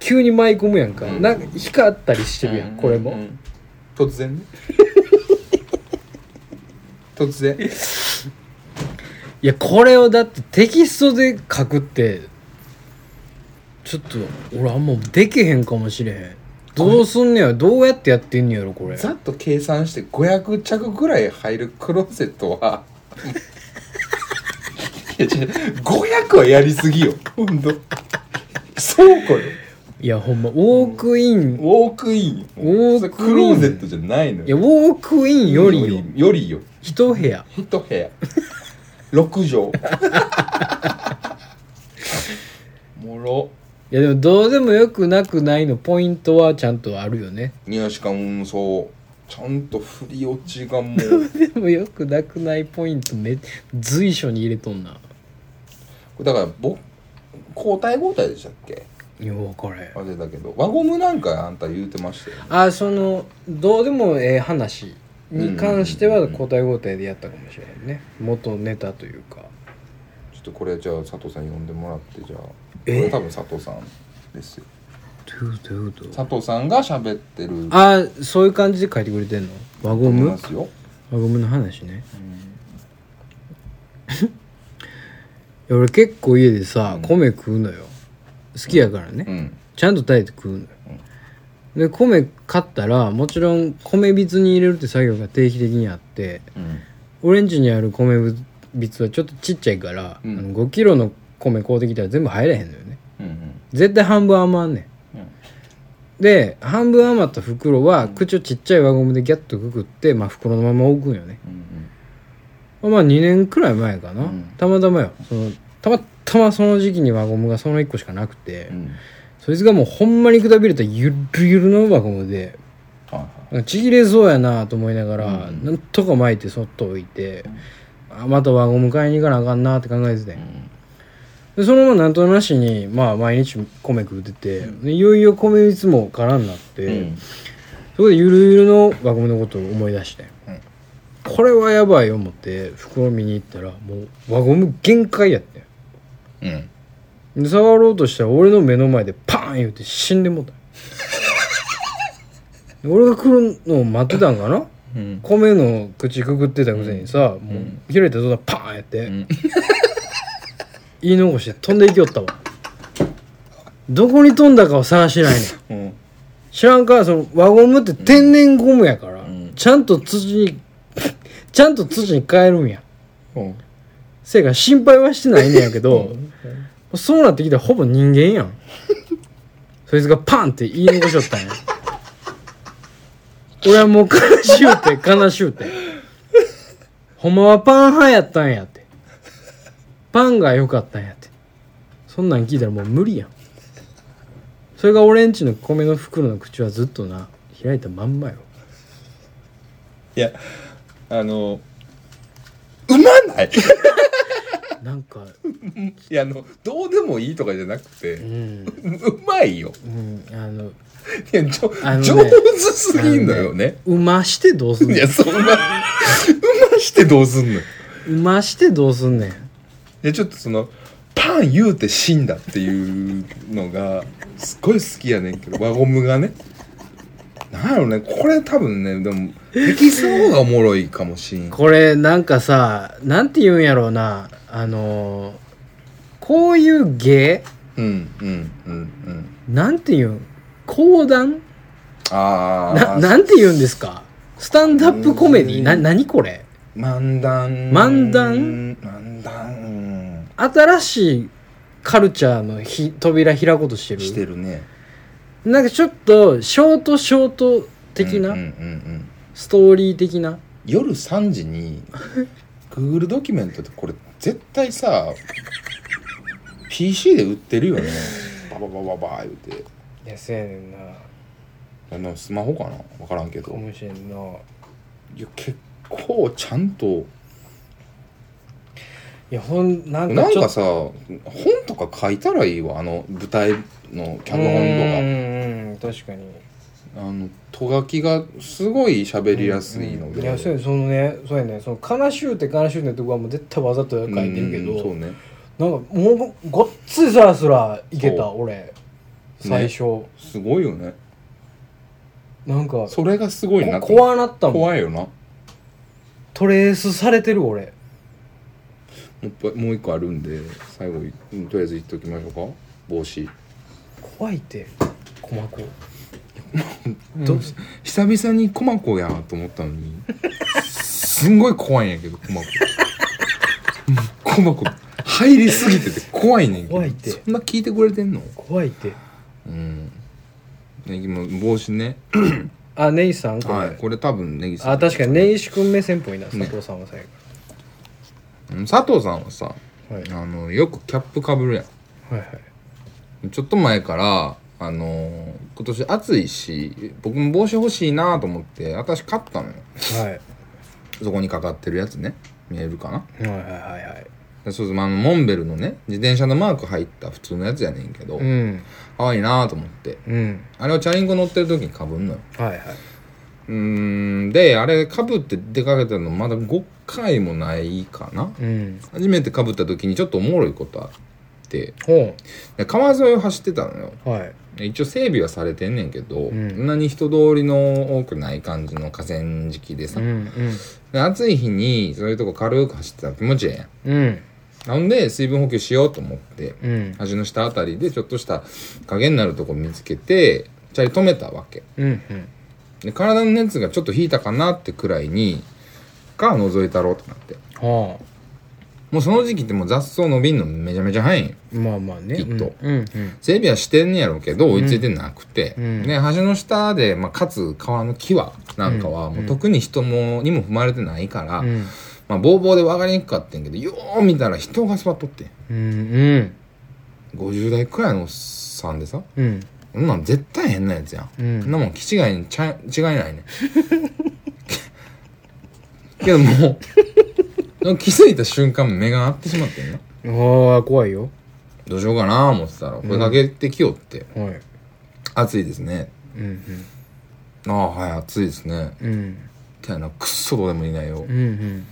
S2: 急に舞い込むやんか
S6: うん
S2: なんか光ったりしてるやんこれ
S6: う
S2: も
S6: ん突然
S2: [LAUGHS]
S6: ね突然
S2: いやこれをだってテキストで書くってちょっと俺あんまできへんかもしれへんどうすんねやどうやってやってんねやろこれ
S6: ざっと計算して500着ぐらい入るクローゼット
S2: [LAUGHS]
S6: はいや違う500はやりすぎよほんとそうこよ
S2: いやほんまウォークイン
S6: ウォークインよ
S2: ウォークイン
S6: クローゼットじゃないの
S2: いやウォークインよりよ
S6: よりよ
S2: 一部屋
S6: 一部屋6畳もろ
S2: いやでもどうでもよくなくないのポイントはちゃんとあるよね
S6: いやしかもそうちゃんと振り落ちがもう
S2: でもよくなくないポイントめ随所に入れとんな
S6: だから僕交代交代でしたっけ
S2: いやこれ
S6: 忘れたけど輪ゴムなんかあんた言うてましたよね
S2: あそのどうでもええ話に関しては交代交代でやったかもしれないね元ネタというか
S6: ちょっとこれじゃあ佐藤さん呼んでもらってじゃあこ
S2: え
S6: れ多分佐藤さんですよ
S2: どうどうどう
S6: 佐藤さんが喋ってる
S2: あそういう感じで書いてくれてんの輪
S6: と
S2: ゴ
S6: 思い
S2: ム輪
S6: ますよ
S2: ゴムの話ねいや俺結構家でさ、米食うのよ好きやからね、
S6: うん
S2: ちゃんと炊いて食うのよ、で米買ったらもちろん米びつに入れるって作業が定期的にあって
S6: うん
S2: オレンジにある米びつはちょっとちっちゃいから、
S6: うん
S2: あの5キロの米買うてきたら全部入れへんのよね
S6: うんうん
S2: 絶対半分余んねん、
S6: うん
S2: で半分余った袋は口をちっちゃい輪ゴムでギャッとくくって、まあ、袋のまま置くんよね
S6: うん
S2: まあ2年くらい前かな、
S6: うん
S2: たまたまよそのたまたたまその時期に輪ゴムがその1個しかなくて、
S1: うん
S2: そいつがもうほんまにくたびれたゆるゆるの輪ゴムで
S1: はいはい
S2: なんかちぎれそうやなと思いながら、
S1: うん
S2: なんとか巻いてそっと置いて、あまた輪ゴム買いに行かなあかんなって考えてて、
S1: うん
S2: でそのままなんとなしに、まあ、毎日米食うてて、でいよいよ米いつも空になって、
S1: うん
S2: そこでゆるゆるの輪ゴムのことを思い出して、
S7: うん
S2: これはやばい思って袋見に行ったらもう輪ゴム限界やってん
S1: うん
S2: で触ろうとしたら俺の目の前でパーン言うて死んでもうたで俺が来るのを待ってたんかな
S1: うん
S2: 米の口くぐってたくせにさ、もう開いた途端パーンやって、
S1: ん
S2: 言い残して飛んでいきよったわどこに飛んだかを探してないねん
S1: うん
S2: 知らんかその輪ゴムって天然ゴムやから、
S1: ん
S2: ちゃんと土に [LAUGHS] ちゃんと土に変えるんや
S1: うん
S2: せやから心配はしてないねんやけど、そうなってきたらほぼ人間やんそいつがパンって言い残しよったんや俺はもう悲しゅうて悲しゅうてほんまはパン派やったんやってパンが良かったんやってそんなん聞いたらもう無理やんそれが俺んちの米の袋の口はずっとな開いたまんまよ
S1: いやあのうまない
S2: なんか
S1: いやあのどうでもいいとかじゃなくて、
S2: う
S1: うんまいよ
S2: うんあの
S1: いやじょ
S2: あのね
S1: 上手すぎんのよね
S2: うましてどうすん
S1: い
S2: ね
S1: や
S2: ん
S1: そんなうましてどうすんのよ
S2: うましてどうすんねん
S1: でちょっとそのパン言うて死んだっていうのがすっごい好きやねんけど輪ゴムがねなんやろねこれ多分ねでもテキストの方がおもろいかもしん
S2: これなんかさなんて言うんやろうなあのーこういう芸
S1: うんうんうんうん
S2: なんて言うん講談
S1: あ
S2: な
S1: あ
S2: なんて言うんですかスタンダップコメデ
S1: う
S2: ィ
S1: ん
S2: な何これ
S1: 漫談
S2: 漫談
S1: 漫談
S2: 新しいカルチャーのひ扉開こうとしてる
S1: してるね
S2: なんかちょっとショートショート的な、
S1: うんうんうんうん
S2: ストーリー的な
S1: 夜3時に Google ドキュメントってこれ絶対さ PC で売ってるよねバババババー言うて
S2: いやせやねんな
S1: あのスマホかな分からんけど
S2: しれんない
S1: や結構ちゃんと
S2: いやほんな
S1: なんかさ本とか書いたらいいわあの舞台の脚本
S2: 本とか確かに
S1: とかあのと書きがすごい喋りやすいので、
S2: いやそうやそのねそうやねその悲しゅうて悲しゅうてってとこはもう絶対わざと書いてるけ
S1: うんそう
S2: ど、
S1: ね
S2: なんかもうごっついスラスラいけた
S1: そ
S2: 俺最初、
S1: すごいよね
S2: なんか
S1: それがすごいな
S2: こと
S1: 思う
S2: 怖なったもん
S1: 怖いよなも
S2: トレースされてる俺
S1: う一個もう一個あるんで最後にうんとりあえず言っときましょうか帽子
S2: 怖いって鼓膜
S1: どうし久々にコマコやと思ったのにすんごい怖いんやけどコマココマコ入りすぎてて怖いねんけど
S2: 怖いって
S1: そんな聞いてくれてんの
S2: 怖いって
S1: うんねぎも帽子ね
S2: あネイさんこれ、
S1: はいこれ多分ねぎさん
S2: あ確かにネイシ君目線っぽいな佐
S1: ね
S2: 藤さんは最後、
S1: うん佐藤さんはさ
S2: はい
S1: あのよくキャップかぶるや
S2: はいはい
S1: んちょっと前からあのー今年暑いし僕も帽子欲しいなと思って私買ったのよ
S2: はい
S1: そこにかかってるやつね見えるかな
S2: はいはいはいはい
S1: でそうそう、まあ、あのモンベルのね自転車のマーク入った普通のやつやねんけど、
S2: うん
S1: 可愛いなと思って
S2: うん
S1: あれをチャリンコ乗ってる時にかぶんのよ
S2: はいはいう
S1: ーんであれかぶって出かけたのまだ5回もないかな
S2: うん
S1: 初めてかぶった時にちょっとおもろいことあって
S2: ほ
S1: で川沿いを走ってたのよ
S2: うはい
S1: 一応整備はされてんねんけど、
S2: ん
S1: そんなに人通りの多くない感じの河川敷でさ、
S2: うん
S1: で暑い日にそういうとこ軽く走ってたら気持ちええやん
S2: うん
S1: なので水分補給しようと思って、
S2: うん
S1: 橋の下あたりでちょっとした影になるとこ見つけてチャリ止めたわけ
S2: うんうん
S1: で体の熱がちょっと引いたかなってくらいにか覗いたろうとなって
S2: はあ
S1: もうその時期ってもう雑草伸びんのめちゃめちゃ早いんよ
S2: まあまあね
S1: きっと
S2: うん
S1: 整備はしてんねやろうけど追いついてなくて、
S2: うん
S1: で橋の下で、まあ、かつ川の際なんかはもう特に人も、にも踏まれてないから、
S2: うんうん
S1: ままあボーボーで分かりにくかってんけどよう見たら人が座っとってん
S2: うん
S1: 50代くらいのおっさんでさ
S2: うんうん
S1: そんなん絶対変なやつやん
S2: う
S1: そん
S2: ん
S1: なもん気違いにちゃ違いないね [LAUGHS] けどもう気づいた瞬間目が合ってしまってんな
S2: ああ怖いよ
S1: どうしようかな思ってたら声かけてきよって「
S2: はい
S1: 暑いですね
S2: うん」
S1: 「ああはい暑いですね」
S2: うんうん
S1: みたいなくっそどうでもいないよ
S2: うん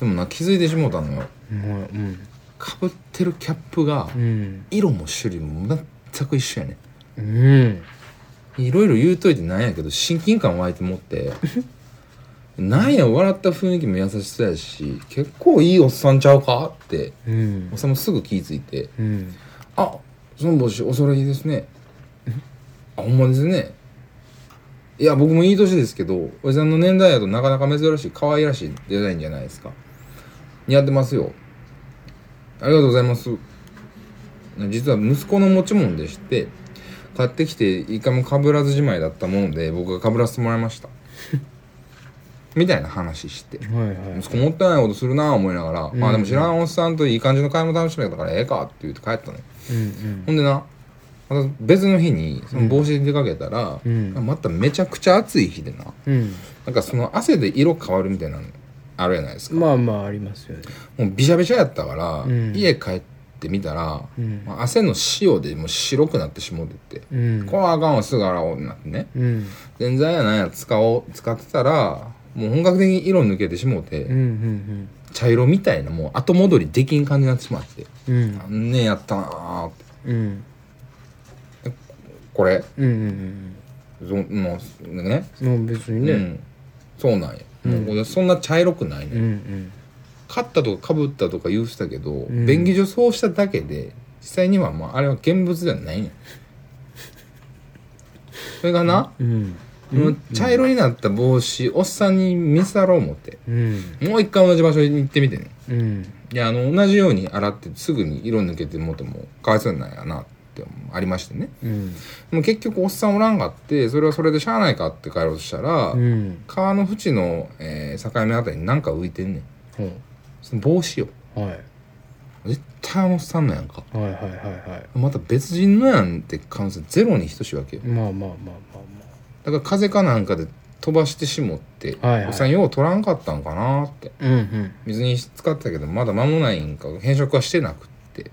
S1: でもな気づいてしもうたのよ
S2: うんはいうん
S1: かぶってるキャップが
S2: うん
S1: 色も種類も全く一緒やね
S2: うん
S1: いろいろ言うといてなんやけど親近感湧いて持ってなんや笑った雰囲気も優しそうやし結構いいおっさんちゃうかって
S2: うん
S1: おっさんもすぐ気ぃついて
S2: うん
S1: 「あその帽子お揃いですね」あ「ほんまですね」いや僕もいい年ですけどおじさんの年代やとなかなか珍しい可愛らしいデザインじゃないですか似合ってますよありがとうございます実は息子の持ち物でして買ってきて一回もかぶらずじまいだったもので僕がかぶらせてもらいました [LAUGHS] みたいな話して
S2: はいはい
S1: 息子もったいないことするなぁ思いながら、
S2: ん
S1: まあでも知らんおっさんといい感じの買い物楽しめたからええかって言って帰ったのよ
S2: うん
S1: ほんでなまた別の日にその帽子で出かけたら、
S2: うん
S1: まためちゃくちゃ暑い日でな
S2: うん
S1: なんかその汗で色変わるみたいなのあるじゃないです
S2: う
S1: か、
S2: んまあまあありますよね
S1: もうびしゃびしゃやったから、
S2: ん
S1: 家帰ってみたら、
S2: うん
S1: まあ汗の塩でもう白くなってしもうてって、
S2: うん
S1: これはあかんわすぐ洗おうってなってね
S2: うん
S1: 全然やなんや使おう使ってたらもう本格的に色抜けてしもうて、
S2: うんうん
S1: 茶色みたいなもう後戻りできん感じになってしまって
S2: うんうん
S1: なんねやったなーって
S2: うん
S1: これ
S2: うんうん
S1: そのね
S2: うんもう別に
S1: う
S2: ね
S1: ん、そうなんや、もうそんな茶色くないね、
S2: うんうん
S1: 買ったとかかぶったとか言うてたけど、
S2: ん
S1: 便宜上そうしただけで実際にはまああれは現物ではないねんそれがな、
S2: うん
S1: もう茶色になった帽子おっさんに見せろう思って
S2: うん
S1: もう一回同じ場所に行ってみてね
S2: うん
S1: いやあの同じように洗ってすぐに色抜けてもうてもかわいそうなんやなって思うありましてね
S2: うん
S1: でも結局おっさんおらんがってそれはそれでしゃあないかって帰ろうとしたら、
S2: うん
S1: 川の縁の、えー境目あたりになんか浮いてんねん
S2: ほ
S1: その帽子よ
S2: うはい
S1: 絶対あのおっさんのやんか
S2: はいはいはいは
S1: また別人のやんって可能性ゼロに等しいわけよ
S2: いまあまあまあま
S1: だから風かなんかで飛ばしてしもって、
S2: はいはい
S1: おっさんよう取らんかったんかなって
S2: あまあうん
S1: 水に使ってたけどまだ間もないんか変色はしてなくって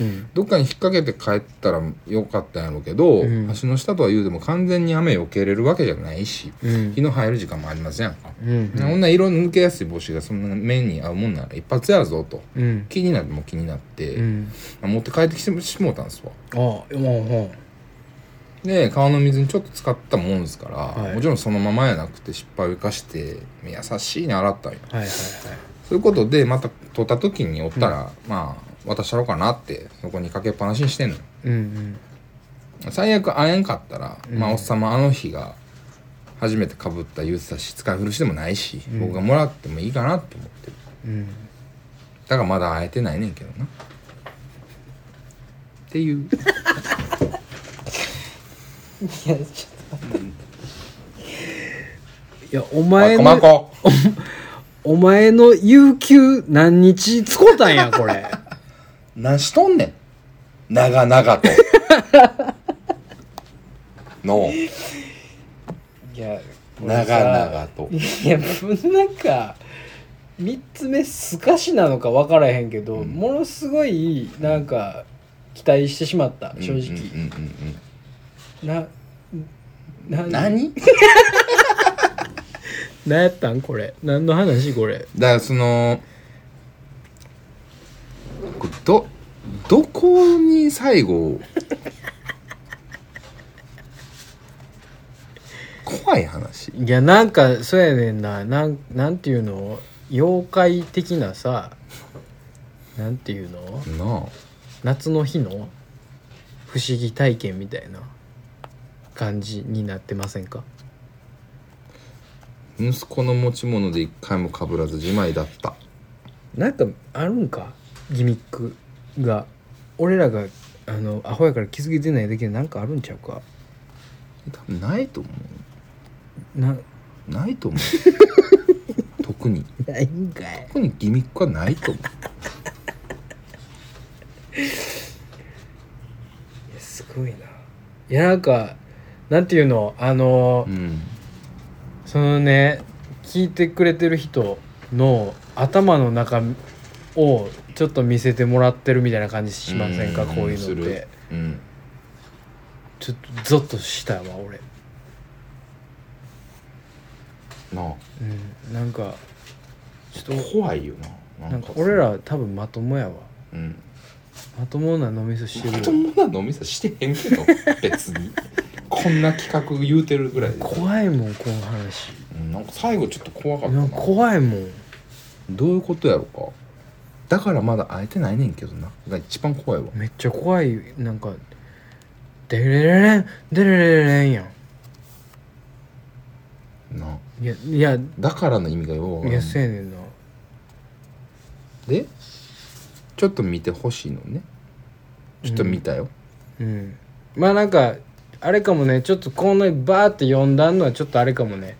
S2: うん
S1: どっかに引っ掛けて帰ったらよかったんやろうけど、
S2: うん
S1: 橋の下とは言うても完全に雨避けれるわけじゃないし
S2: うん
S1: 日の入る時間もありませんやんか、
S2: うん
S1: こんな色抜けやすい帽子がそんな目に合うもんなら一発やぞと
S2: うん
S1: 気になっても気になって、
S2: うん
S1: 持って帰ってきてしもうたんですわ
S2: あもうほ
S1: で川の水にちょっと使ったもんですから、
S2: はい
S1: もちろんそのままやなくて失敗を生かして優しいに洗ったんよ
S2: うはいはいはい
S1: そういうことでまた取った時におったら、まあ渡したろうかなってそこにかけっぱなしにしてんの
S2: うん
S1: 最悪会えんかったら、
S2: うん
S1: まあおっさまあの日が初めてかぶった言うてたし使い古しでもないし、
S2: うん
S1: 僕がもらってもいいかなって思ってる
S2: うんうん
S1: だからまだ会えてないねんけどなっていう
S2: いやお
S1: あ
S2: 前
S1: こま
S2: の
S1: こ
S2: お前の有給何日使うたんやこれ
S1: 何しとんねん長々と [LAUGHS] の
S2: いや
S1: 長々と
S2: いやなんか3つ目すかしなのか分からへんけど、
S1: うん
S2: ものすごいなんか期待してしまった正
S1: う
S2: 直、
S1: んうんうん
S2: なな
S1: うん何
S2: 何やったんこれ何の話これ
S1: だからそのこれどどこに最後怖い話
S2: いやなんかそうやねんななんなんていうの妖怪的なさなんていうの
S1: な
S2: 夏の日の不思議体験みたいな感じになってません
S1: あ
S2: か
S1: 息子の持ち物で一回もかぶらず自前だった
S2: なんかあるんかギミックが俺らがあのアホやから気づけてないだけでなんかあるんちゃうか
S1: 多分ないと思
S2: な
S1: うないと思う特特に
S2: ないんかい
S1: 特にギミックはないと思う
S2: いやすごいないやなんかなんていうのあの、
S1: うん
S2: そのね聞いてくれてる人の頭の中をちょっと見せてもらってるみたいな感じしませんか
S1: うん
S2: こういう
S1: す
S2: のって
S1: るうん
S2: ちょっとゾッとしたわ俺、
S1: なあ
S2: うん、なんかちょっ
S1: 怖いよな
S2: と
S1: な
S2: なん
S1: ん
S2: か
S1: か
S2: 俺ら多分まともやわ
S1: うん
S2: まともな脳みそして
S1: ま
S2: る
S1: と
S2: よ
S1: もな飲みさしてへんけ [LAUGHS] ど別にこんな企画言うてるぐらいで
S2: 怖いもんこの話
S1: うんなんか最後ちょっと怖かった
S2: な
S1: なん
S2: か怖いもん
S1: どういうことやろかだからまだ会えてないねんけどなが一番怖いわ
S2: めっちゃ怖いなんかデレレレンデレレレンやん
S1: なあ
S2: いやいや
S1: だからの意味がようわか
S2: い
S1: ら
S2: や
S1: ん
S2: せやねんな
S1: でちょっと見てほしいのねちょっと見たよ、
S2: うんまあなんかあれかもねちょっとこんなにバーって読んだのはちょっとあれかもね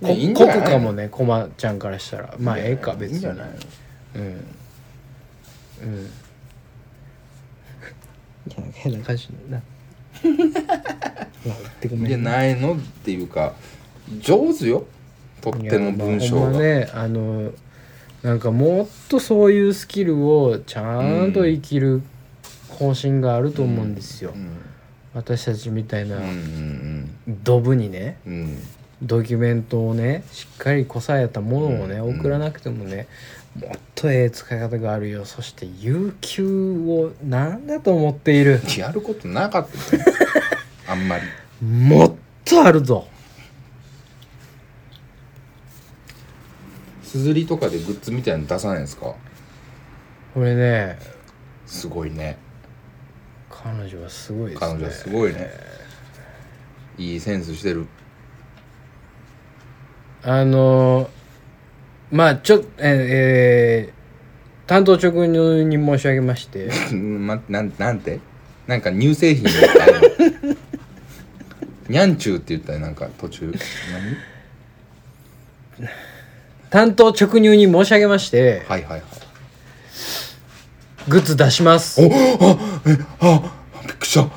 S2: こ
S1: ねいいんじゃ
S2: 濃
S1: ない
S2: くかもねコマちゃんからしたらまあええか別に
S1: いいんじゃないの
S2: うんうんいや変な感じなってご
S1: いいんじゃないのっていうか上手よとっても文章
S2: いやまあほん
S1: が、
S2: まねあのなんかもっとそういうスキルをちゃんと生きる方針があると思うんですよ、
S1: うん
S2: 私たちみたいな
S1: うんうん
S2: ドブにね
S1: うんうん
S2: ドキュメントをねしっかりこさえたものをね、
S1: うん
S2: 送らなくてもねもっとええ使い方があるよそして有給を何だと思っている
S1: やることなかったよ
S2: [LAUGHS]
S1: あんまり
S2: もっとあるぞ
S1: すずりとかでグッズみたいなの出さないんですか
S2: これね
S1: すごいね
S2: 彼女はすごいですね
S1: 彼女はすごいねいいセンスしてる [LAUGHS]
S2: あのまあちょええー担当直入に申し上げまして [LAUGHS]
S1: うんま、なんなんてなんか乳製品みたいなにゃんちゅうって言ったよなんか途中
S2: 担当直入に申し上げまして
S1: 何はい
S2: [LAUGHS]
S1: はいはい
S2: グッズ出します
S1: おあえあびっくりした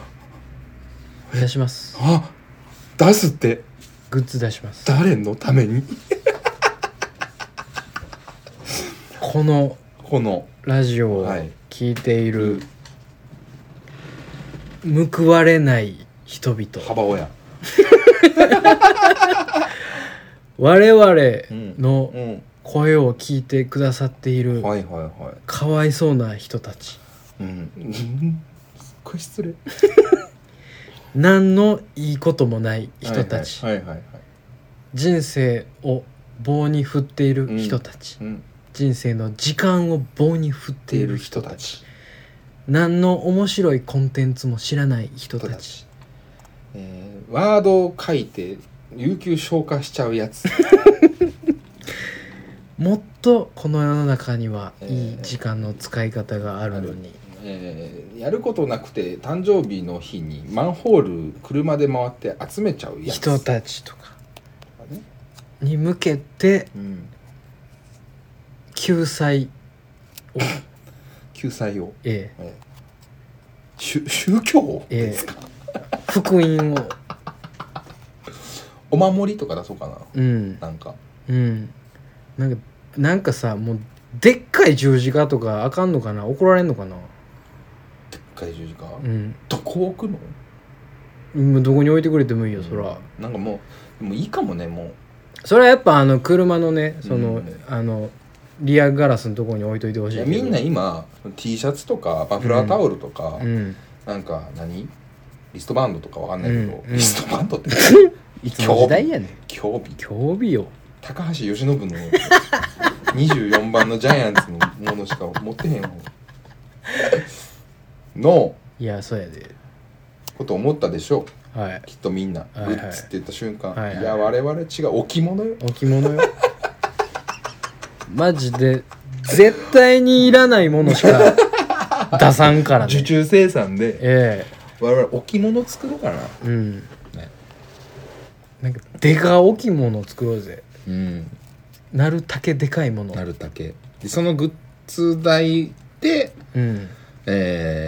S2: 出します
S1: あ出すって
S2: グッズ出します
S1: 誰のために
S2: この
S1: この
S2: ラジオを
S1: はい
S2: 聞いている、報われない人々
S1: 幅親
S2: 我々の
S1: うん
S2: 声を聞いてくださっている
S1: はいはいは
S2: かわいそうな人たち
S1: いうんすっごい失礼
S2: 何のいいこともない人たち
S1: はいはいはいはいはい
S2: 人生を棒に振っている人たち
S1: うん
S2: 人生の時間を棒に振って
S1: てい
S2: い
S1: る
S2: る
S1: 人
S2: 人た
S1: た
S2: ち
S1: ち
S2: 何の面白いコンテンツも知らない人たち
S1: えーワードを書いて有給消化しちゃうやつ [LAUGHS]
S2: もっとこの世の中にはいい時間の使い方があるのに、
S1: えーやることなくて誕生日の日にマンホール車で回って集めちゃうやつ
S2: 人たちとかに向けて
S1: うん
S2: 救済を
S1: 救済を
S2: ええ
S1: 宗宗教
S2: ええ
S1: ですか、
S2: 福音を
S1: お守りとか出そうかな
S2: うん
S1: なんか
S2: うんなんかなんかさもうでっかい十字架とかあかんのかな怒られんのかな
S1: 怪獣時間、
S2: うん
S1: どこ置くの
S2: もうどこに置いてくれてもいいよそら、
S1: なんかもうもういいかもねもう
S2: それはやっぱあの車のねそ
S1: う
S2: の、
S1: ん
S2: あのリアガラスのところに置いといてほし
S1: い
S2: い
S1: や
S2: けど
S1: みんな今 T シャツとかマフラータオルとか、
S2: うん
S1: なんか何リストバンドとかわかんないけど、
S2: うんうん
S1: リストバンドって
S2: いつの時代やねん
S1: 興味
S2: 興味よ
S1: 高橋由伸の
S2: [LAUGHS]
S1: 24番のジャイアンツのものしか持ってへんわの
S2: いやそうやで
S1: こと思ったでしょ
S2: はい
S1: きっとみんな、
S2: いはい
S1: グッズって言った瞬間、
S2: はいいはい
S1: や我々違う置物よ
S2: 置物 [LAUGHS] よマジで絶対にいらないものし [LAUGHS] か出さんから
S1: 受
S2: ね
S1: 注生産で
S2: え
S1: 我々置物作ろうかな
S2: えうん、なんかでか置物作ろうぜ
S1: うん
S2: なるだけでかいもの
S1: なるだけでそのグッズ代で
S2: うん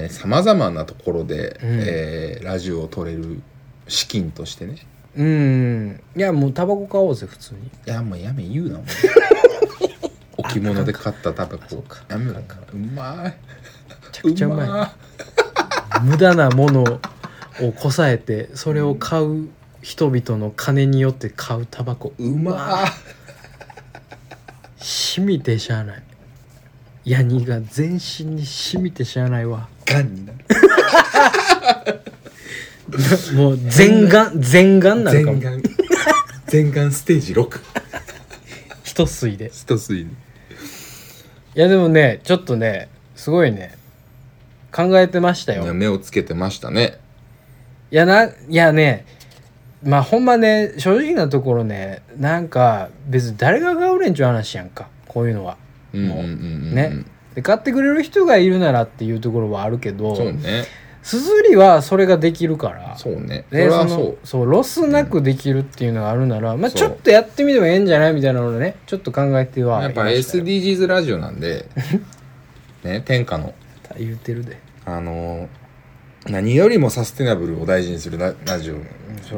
S1: さまざまなところで、
S2: うん
S1: えーラジオを取れる資金としてね
S2: うんいやもうタバコ買おうぜ普通に
S1: いやもうやめ言
S2: [LAUGHS]
S1: うなもう置物で買ったタバコやめろうまい
S2: めちゃくちゃうまい
S1: ま
S2: 無駄なものをこさえてそれを買う人々の金によって買うタバコ
S1: いうまい
S2: 染みてしゃあないヤニが全身に染みてしゃあないわ
S1: がんになる
S2: もう全眼全眼なのかも
S1: 眼全眼ステージ6
S2: 一吸いで
S1: 一つい
S2: いやでもねちょっとねすごいね考えてましたよ
S1: 目をつけてましたね
S2: いやないやねまあほんまね正直なところねなんか別に誰が買うれんちゅう話やんかこういうのは
S1: うんうんうんうん
S2: ねで買ってくれる人がいるならっていうところはあるけど
S1: そうね
S2: すずりはそれができるから
S1: そうねそ
S2: ね
S1: れは
S2: そ
S1: そ
S2: の
S1: う
S2: そうロスなくできるっていうのがあるなら、まあ
S1: そう
S2: ちょっとやってみてもええんじゃないみたいなのをねちょっと考えては
S1: やっぱ
S2: いましたよ
S1: SDGs ラジオなん
S2: [LAUGHS]
S1: でね天下の
S2: 言うてるで
S1: あのー何よりもサステナブルを大事にするララジオ、
S2: そ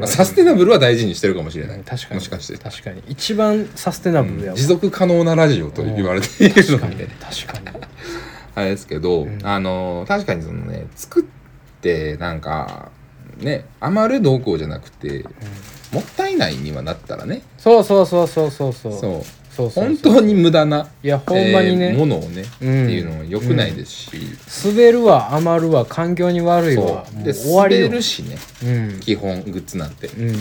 S1: ま
S2: れ
S1: あサステナブルは大事にしてるかもしれない、
S2: うん確かに
S1: もしかして
S2: 確かに一番サステナブルやわ、
S1: 持続可能なラジオと言われている
S2: 確か
S1: の
S2: に
S1: で
S2: 確かに
S1: あれですけど、
S2: ん
S1: あのー確かにそのね作ってなんかね余る動向じゃなくて、もったいないにはなったらね
S2: そうそうそうそうそうそうそ
S1: そう
S2: うそうそう
S1: 本当に無駄ない
S2: やほんま
S1: え
S2: に
S1: ー
S2: ね、
S1: ものをね、
S2: うん
S1: っていうのは良くないですし、
S2: 滑るわ余るわ環境に悪いわ
S1: そう
S2: も
S1: で
S2: う終わり
S1: 滑
S2: よ
S1: るしね
S2: うん
S1: 基本グッズなんて
S2: うん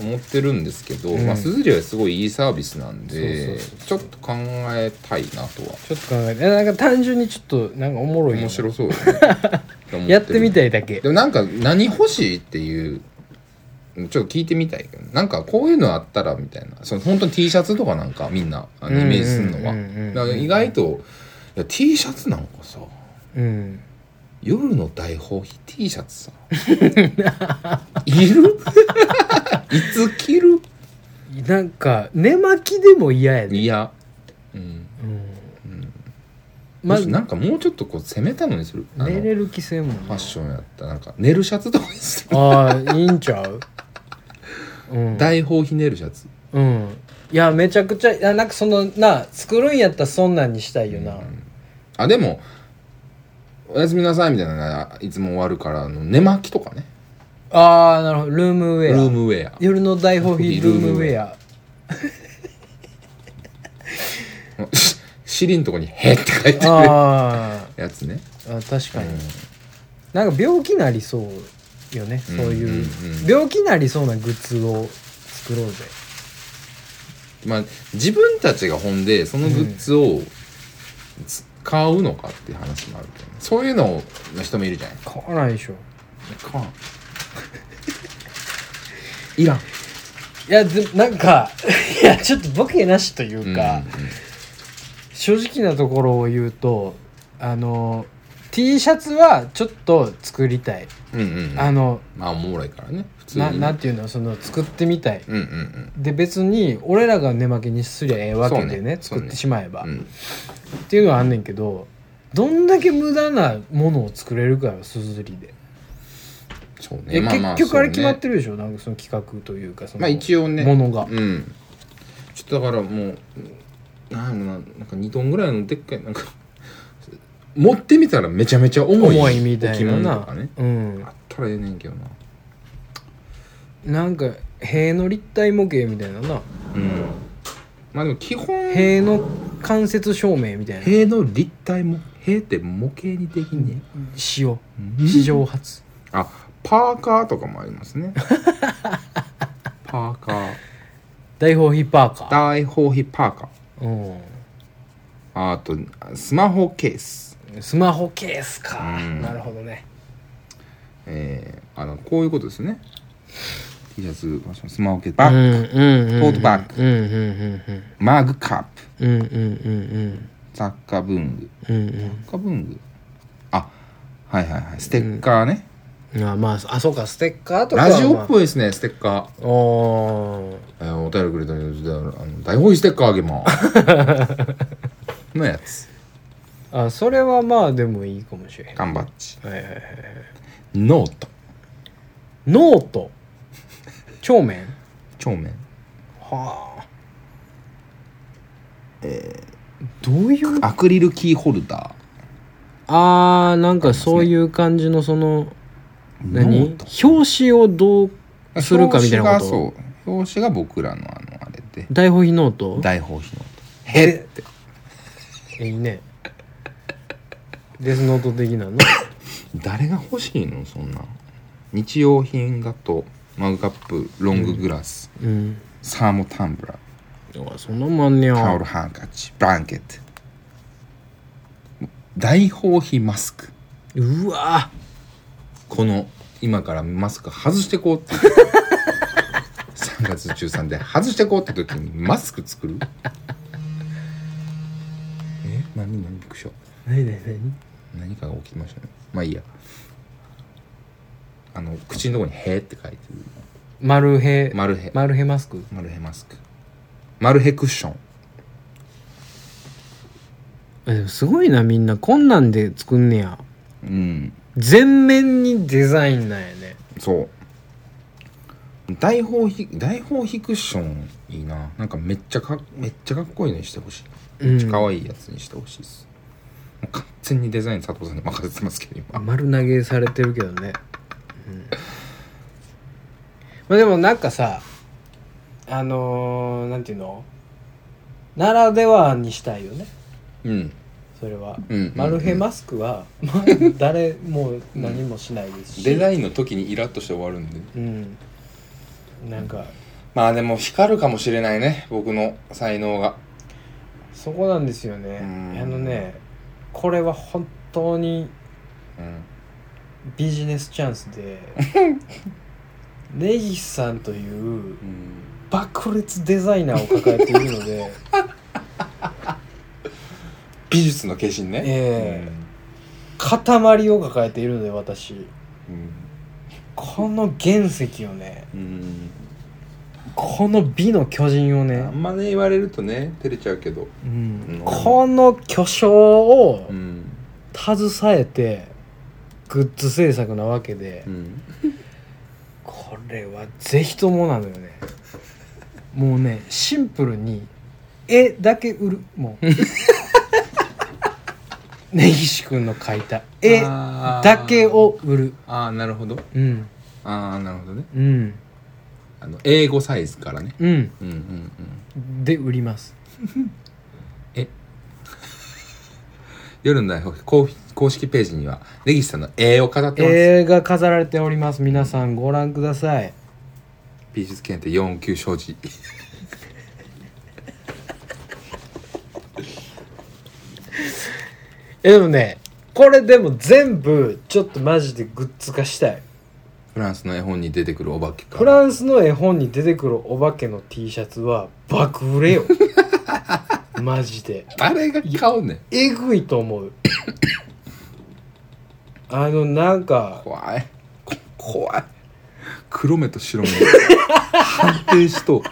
S1: 思ってるんですけど、
S2: うん
S1: まあすずりはすごいいいサービスなんで
S2: そうそう
S1: ちょっと考えたいなとは
S2: ちょっと考えていやなんか単純にちょっとなんかおもろいよ
S1: 面白そうだね
S2: やってみ
S1: い
S2: たいだけ
S1: でもなんか何欲しいっていうちょっと聞いてみたいけどなんかこういうのあったらみたいなその本当に T シャツとかなんかみんなあのイメージするのは
S2: うんうんうんうん
S1: だから意外といや T シャツなんかさ
S2: うん
S1: 夜の大放棄 T シャツさいるいつ着る
S2: なんか寝巻きでも嫌やで、
S1: いやうん
S2: うん
S1: ま
S2: ま
S1: ずなんかもうちょっとこう攻めたのにするあのフ
S2: 寝れる気せんもんな
S1: ァッションやったらなんか寝るシャツとかにする
S2: ああいいんちゃうう
S1: [LAUGHS]
S2: ん、
S1: 大砲ひねるシャツ
S2: うん、いやめちゃくちゃいやなんかそのな作るんやったらそんなんにしたいよな、
S1: あでも「おやすみなさい」みたいなのがいつも終わるからあの寝巻きとかね
S2: ああなるほどルームウェ
S1: ル
S2: ア
S1: ームウェア
S2: 夜の大放棄ルームウェア
S1: [LAUGHS] し尻のとこに「へ」って書いてあ
S2: あ
S1: るやつね
S2: ーあ確かに、
S1: うん
S2: なんか病気なりそうよね、
S1: うん
S2: そういう、
S1: うんうん
S2: 病気なりそうなグッズを作ろうぜ
S1: まあ自分たちがほんでそのグッズを使うのかっていう話もあるけどねそういうのの人もいるじゃない
S2: 買わないでしょ
S1: かん [LAUGHS] いらん
S2: いやでなんか [LAUGHS] いやちょっとボケなしというか、正直なところを言うとあの T シャツはちょっと作りたい、
S1: うんうんうん
S2: あの
S1: まあおもろいからね普通に
S2: な
S1: ね
S2: なんていうのその作ってみたい、
S1: うんうん
S2: で別に俺らが寝負けにすりゃええわけ
S1: そ
S2: で
S1: う
S2: ね
S1: ね
S2: 作ってしまえば、
S1: うんうん
S2: っていうのはあんねんけどどんだけ無駄なものを作れるかよすずりで、
S1: そう
S2: い
S1: ね
S2: や
S1: まあまあ
S2: 結局あれ決まっ
S1: る
S2: てるでしょなんかその企画というかその
S1: まあ一応ね
S2: ものが、
S1: うんちょっとだからもうなんやろななんか2トンぐらいのでっかいなんか持ってみたらめちゃめちゃ重い
S2: 重いみたいな
S1: 置
S2: な
S1: 物とかね
S2: うん
S1: あったらええねんけどな
S2: なんか塀の立体模型みたいな
S1: う
S2: な
S1: んまあでも基本
S2: 塀の間接照明みたいな
S1: 塀の立体も塀って模型にできんねん
S2: しよう史上初
S1: あパーカーとかもあります [LAUGHS] ねパーカー
S2: 大放棄パーカー
S1: 大放棄パーカー
S2: う
S1: ああとスマホケース、
S2: んスマホケースか、
S1: うん
S2: なるほどね
S1: えー、あのこういうことですね T シャツファッションスマホケース
S2: う
S1: バ
S2: ん
S1: ッグ、
S2: うんうん
S1: トートバッグ
S2: うんうん
S1: マグカップ
S2: うんうんうんうん
S1: 雑貨文具
S2: うんうん
S1: 雑貨文具あはいはいはいステッカーね、
S2: うんあまああそうかステッカーとかは
S1: ラジオっぽ
S2: い
S1: いですね、ステッカー。
S2: おー
S1: えーお便りくれたのであの大本営ステッカーあげ
S2: [LAUGHS]
S1: ます。のやつ。
S2: あそれはまあでもいいかもしれへん
S1: 缶バッジ。
S2: はいはいはい
S1: ノート。
S2: ノート帳面
S1: 帳面。
S2: はあどういう
S1: アクリルキーホルダ
S2: あーなんかそういう感じのそ
S1: ー。
S2: の
S1: ノー
S2: 何
S1: ト
S2: 表紙をどうするかみたいなこ
S1: 表紙が
S2: と
S1: そう。表紙が僕らのあの、あれで。
S2: 大本費ノート
S1: 大宝碑ノート。へって。
S2: いいねデスノート的
S1: [LAUGHS]
S2: なの
S1: 誰が欲しいのそんな。日用品だと、マグカップ、ロンググラス、
S2: うん
S1: サーモタンブラー。
S2: おいそんなもんあんね
S1: タオル
S2: や
S1: ハンカチブランケット大宝皮マスク
S2: うわ
S1: この今からマスク外してこうって [LAUGHS] 3月13で外してこうって時にマスク作るえ何何びっくりした
S2: 何何何
S1: 何かが起きましたねまあいいやあの口のとこに「へ」って書いて
S2: マルヘ
S1: る丸へ
S2: マルヘマスク
S1: 丸へマスク丸へクッション
S2: あでもすごいなみんなこんなんで作んねや
S1: うん
S2: 全面にデザインなんやね
S1: そう大砲ひ大砲ヒクッションいいななんかめっちゃかっめっちゃかっこいいのにしてほしい、
S2: うん
S1: めっちゃ可愛いやつにしてほしいですもう完全にデザイン佐藤さんに任せてますけど今
S2: 丸投げされてるけどね、うんまあ、でもなんかさあのー、なんていうのならではにしたいよね
S1: うん
S2: それは、
S1: うん
S2: マルヘマスクは、まあ、誰も何もしないですし、
S8: デザインの時にイラッとして終わるんで
S2: うんなんか
S8: まあでも光るかもしれないね僕の才能が
S2: そこなんですよね
S8: うん
S2: あのねこれは本当に
S8: うん
S2: ビジネスチャンスで
S1: [LAUGHS]
S2: 根岸さんという爆裂デザイナーを抱えている
S8: [LAUGHS]
S2: ので
S8: 美術の化身ね
S2: ええ塊を抱えているので私
S8: うん
S2: この原石をね
S8: うん
S2: この美の巨人を
S8: あ
S2: ね、
S8: んまね言われるとね照れちゃうけど
S2: うん
S8: うん
S2: この巨匠を
S8: うん
S2: 携えてグッズ制作なわけで、
S8: うん
S2: これはぜひともなのよねもうねシンプルに絵だけ売るも
S8: [LAUGHS]
S2: う根岸君の描いた絵
S1: あー
S2: だけを売る
S1: ああなるほど
S2: うん
S1: ああなるほどね
S2: うん
S1: あの英語サイズからね
S2: うん
S1: うんうんうん
S2: で売ります
S1: 夜の大砲公公式ページには根岸さんの絵を飾ってます、
S2: 絵が飾られております皆さんご覧ください
S1: 美術検定4級障子
S2: えでもねこれでも全部ちょっとマジでグッズ化したい
S1: フランスの絵本に出てくるお化けから
S2: フランスの絵本に出てくるお化けの T シャツは爆売 [LAUGHS] れよマジで
S1: 誰が買うねん
S2: えぐいと思うあのなんか
S1: 怖いこ怖い黒目と白目判定しとう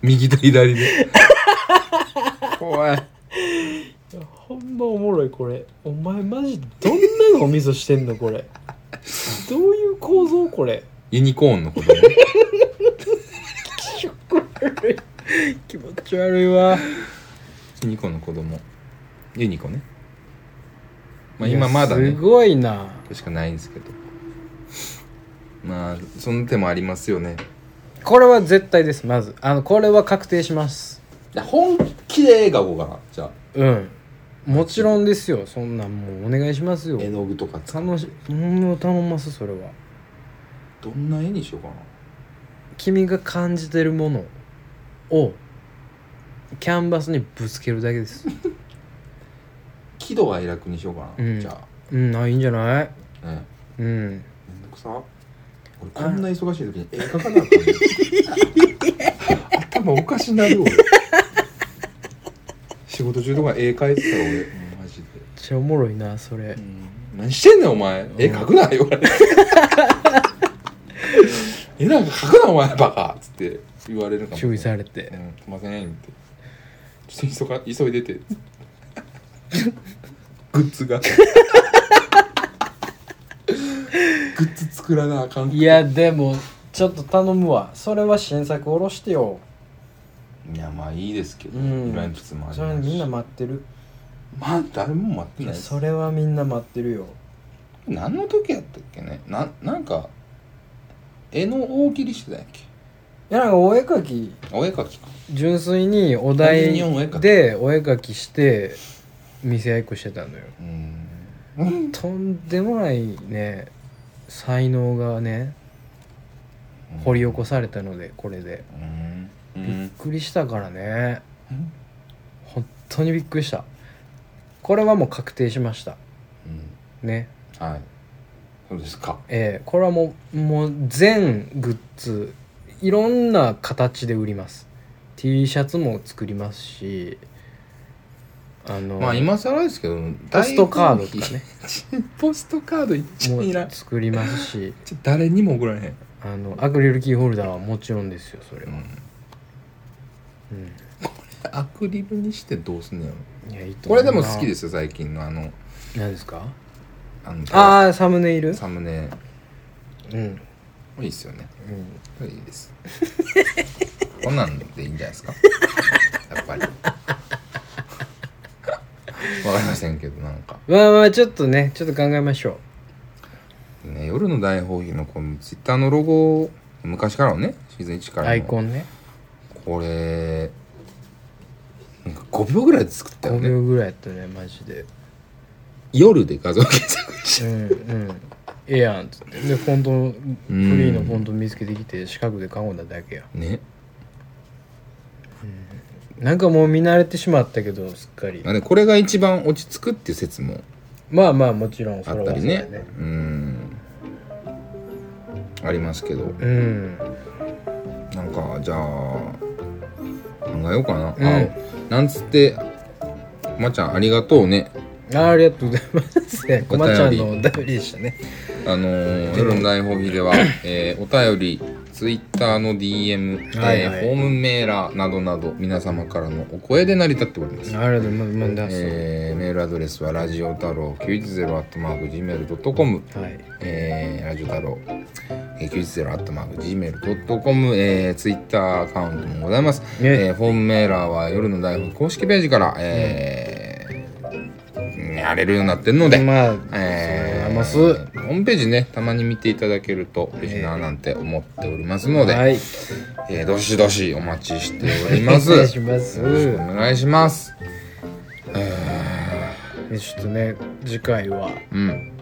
S1: 右と左で怖い
S2: ほんまおもろいこれお前マジでどんなのお味噌してんのこれどういう構造これ
S1: ユニコーンのことね
S2: 気持ち悪いわ
S1: ユニコーンの子供ユニコねまあ今まだ
S2: いや
S1: ね
S2: すごいな
S1: これしかないんですけどまあその手もありますよね
S2: これは絶対ですまずあのこれは確定します
S8: いや本気で絵描こうかなじゃあ
S2: うんもちろんですよそんなんもうお願いしますよ
S8: 絵の具とか使う
S2: 楽しうん頼みますそれは
S8: どんな絵にしようかな
S2: 君が感じてるものをキャンバスにぶつけるだけです
S8: 喜怒哀楽にしようかな、
S2: うん
S8: じゃあ
S2: うんあいいんじゃない
S8: ね
S2: うん
S8: めんどくさ俺こんな忙しい時に絵描かなあかった [LAUGHS] 頭おかしなる俺仕事中とか絵描いてたら俺もうマジで
S2: めっちゃおもろいなそれ
S8: うん
S1: 何してんねんお前絵描くな言わ
S8: [LAUGHS]
S1: れて絵なんか描くなお前バカっつって言われるかも
S2: 注意さ
S1: れ
S2: れて
S1: て「うんすいません」って「ちょっと急が急いでて」グッズがグッズ作らなあかんくて
S2: いやでもちょっと頼むわそれは新作おろしてよ
S1: いやまあいいですけど、
S2: うん
S1: 色鉛筆もあり
S2: それ
S1: ます
S2: みん
S1: し
S2: な待ってる
S1: まあ誰も待って
S2: い
S1: ないで
S2: や
S1: す
S2: それはみんな待ってるよ
S1: 何の時やったっけねななんか絵の大喜利してたんやっけ
S2: いやなんかお絵描き
S1: お絵描きか
S2: 純粋にお題
S1: 単純にお絵描き
S2: でお絵描きして店合いっこしてたのよ
S1: うん
S2: とんでもないね才能がね掘り起こされたのでこれで
S1: うんう
S2: びっ
S1: ん
S2: くりしたからね本当にびっくりしたこれはもう確定しました
S1: うん
S2: ね
S1: はいそうですか
S2: ええこれはもうもう全グッズいろんな形で売ります T シャツも作りますしあの
S1: まあ今更ですけど
S2: ポストカードとかね
S1: ポストカード一
S2: も
S1: 番いら
S2: うん作りますし
S1: ちょ誰にも送られへん、
S2: あのアクリルキーホルダーはもちろんですよそれ
S1: う
S2: は、
S1: ん、
S2: うん
S1: アクリルにしてどうすんのやろ
S2: いやいいと
S1: こ
S2: 思
S1: れ
S2: う
S1: でも
S2: な
S1: 好きですよ最近のあの
S2: 何ですか
S1: あの
S2: ああサムネイル
S1: サムネ
S2: うん、うん、
S1: いいっすよねいいです [LAUGHS] こんなんでいいんじゃないですかや [LAUGHS] っぱりわかりませんけどなんか、
S2: まあまあちょっとねちょっと考えましょ
S1: ね、夜の大放棄のこのツイッターのロゴ昔からのねシーズン1か
S2: う
S1: らの
S2: アイコンね
S1: これなんか5秒ぐらいで作ったよ
S2: 5
S1: ね
S2: 秒ぐらいやったねマジで
S1: 夜で画像検索し
S2: う
S1: て
S2: んうんええやんっつってでフォントフリーのフォント見つけてきて四角で囲んだだけや
S1: ね
S2: なんかもう見慣れてしまったけどすっかり
S1: あでこれが一番落ち着くっていう説も
S2: まあまあもちろんそ
S1: あ
S2: れ
S1: っ
S2: は
S1: たりね
S2: そうだ
S1: うんありますけど
S2: うん
S1: なんかじゃあ考えようかな、
S2: うん
S1: あなんつってまっちゃんありがとうね
S2: あありがとうございます。こまちゃん [LAUGHS] のお便りでしたね。
S1: あのー、夜の大放棄で
S2: [COUGHS]
S1: は、えーお便りツイッターの DM、
S2: はい
S1: え
S2: はい
S1: ーホームメーラーなどなど皆様からのお声で成り立っております、
S2: ありがとうございます。
S1: えーメールアドレスはラジオ太郎 910-gmail.com
S2: はい。
S1: えーラジオ太郎、えー、910アットマーク Gmail.com、えー、ツイッターアカウントもございます。
S2: ね
S1: えー、ホームメーラーは夜の台本公式ページから、えーやれるようになってるので、
S2: まあ、
S1: えー
S2: そうござい
S1: ホームページね、たまに見ていただけると嬉しいななんて思っておりますの
S2: ます。
S1: で、
S2: はい。
S1: えーどしどしお待ちしておりま
S2: お
S1: す。
S2: 願いし
S1: よ
S2: ます。
S1: ろしくお願いします。
S2: でちょっとね、次回は
S1: うん、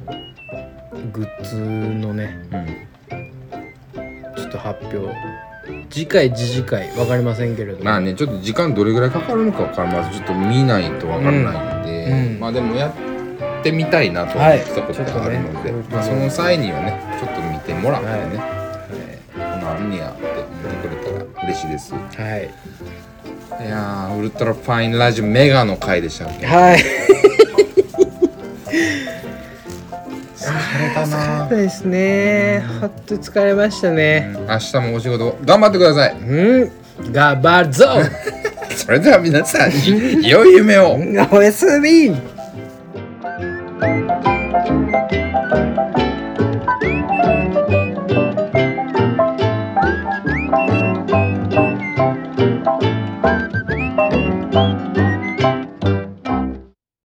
S2: グッズのね、
S1: うん、
S2: ちょっと発表。次回、次次回、わかりませんけれども。
S1: まあね、ちょっと時間どれぐらいかかるのかわからまずちょっと見ないとわからないんで、
S2: うんうん
S1: まあでもやってみたいなと
S2: は
S1: 思
S2: い
S1: ったことがあるので、
S2: ちょっとね
S1: まあ、その際にはねちょっと見てもらってね、えーこんなんあんねやって言ってくれたら嬉しいですい
S2: はい。
S1: やーウルトラファインラジオメガの回でしたっけ
S2: はい。
S1: 疲れたな
S2: そうですね。ほっと疲れましたね。
S1: 明日もお仕事頑張ってください
S2: うん。頑張るぞ
S1: [LAUGHS] それでは皆さんに良い夢を
S2: [LAUGHS] おやすみ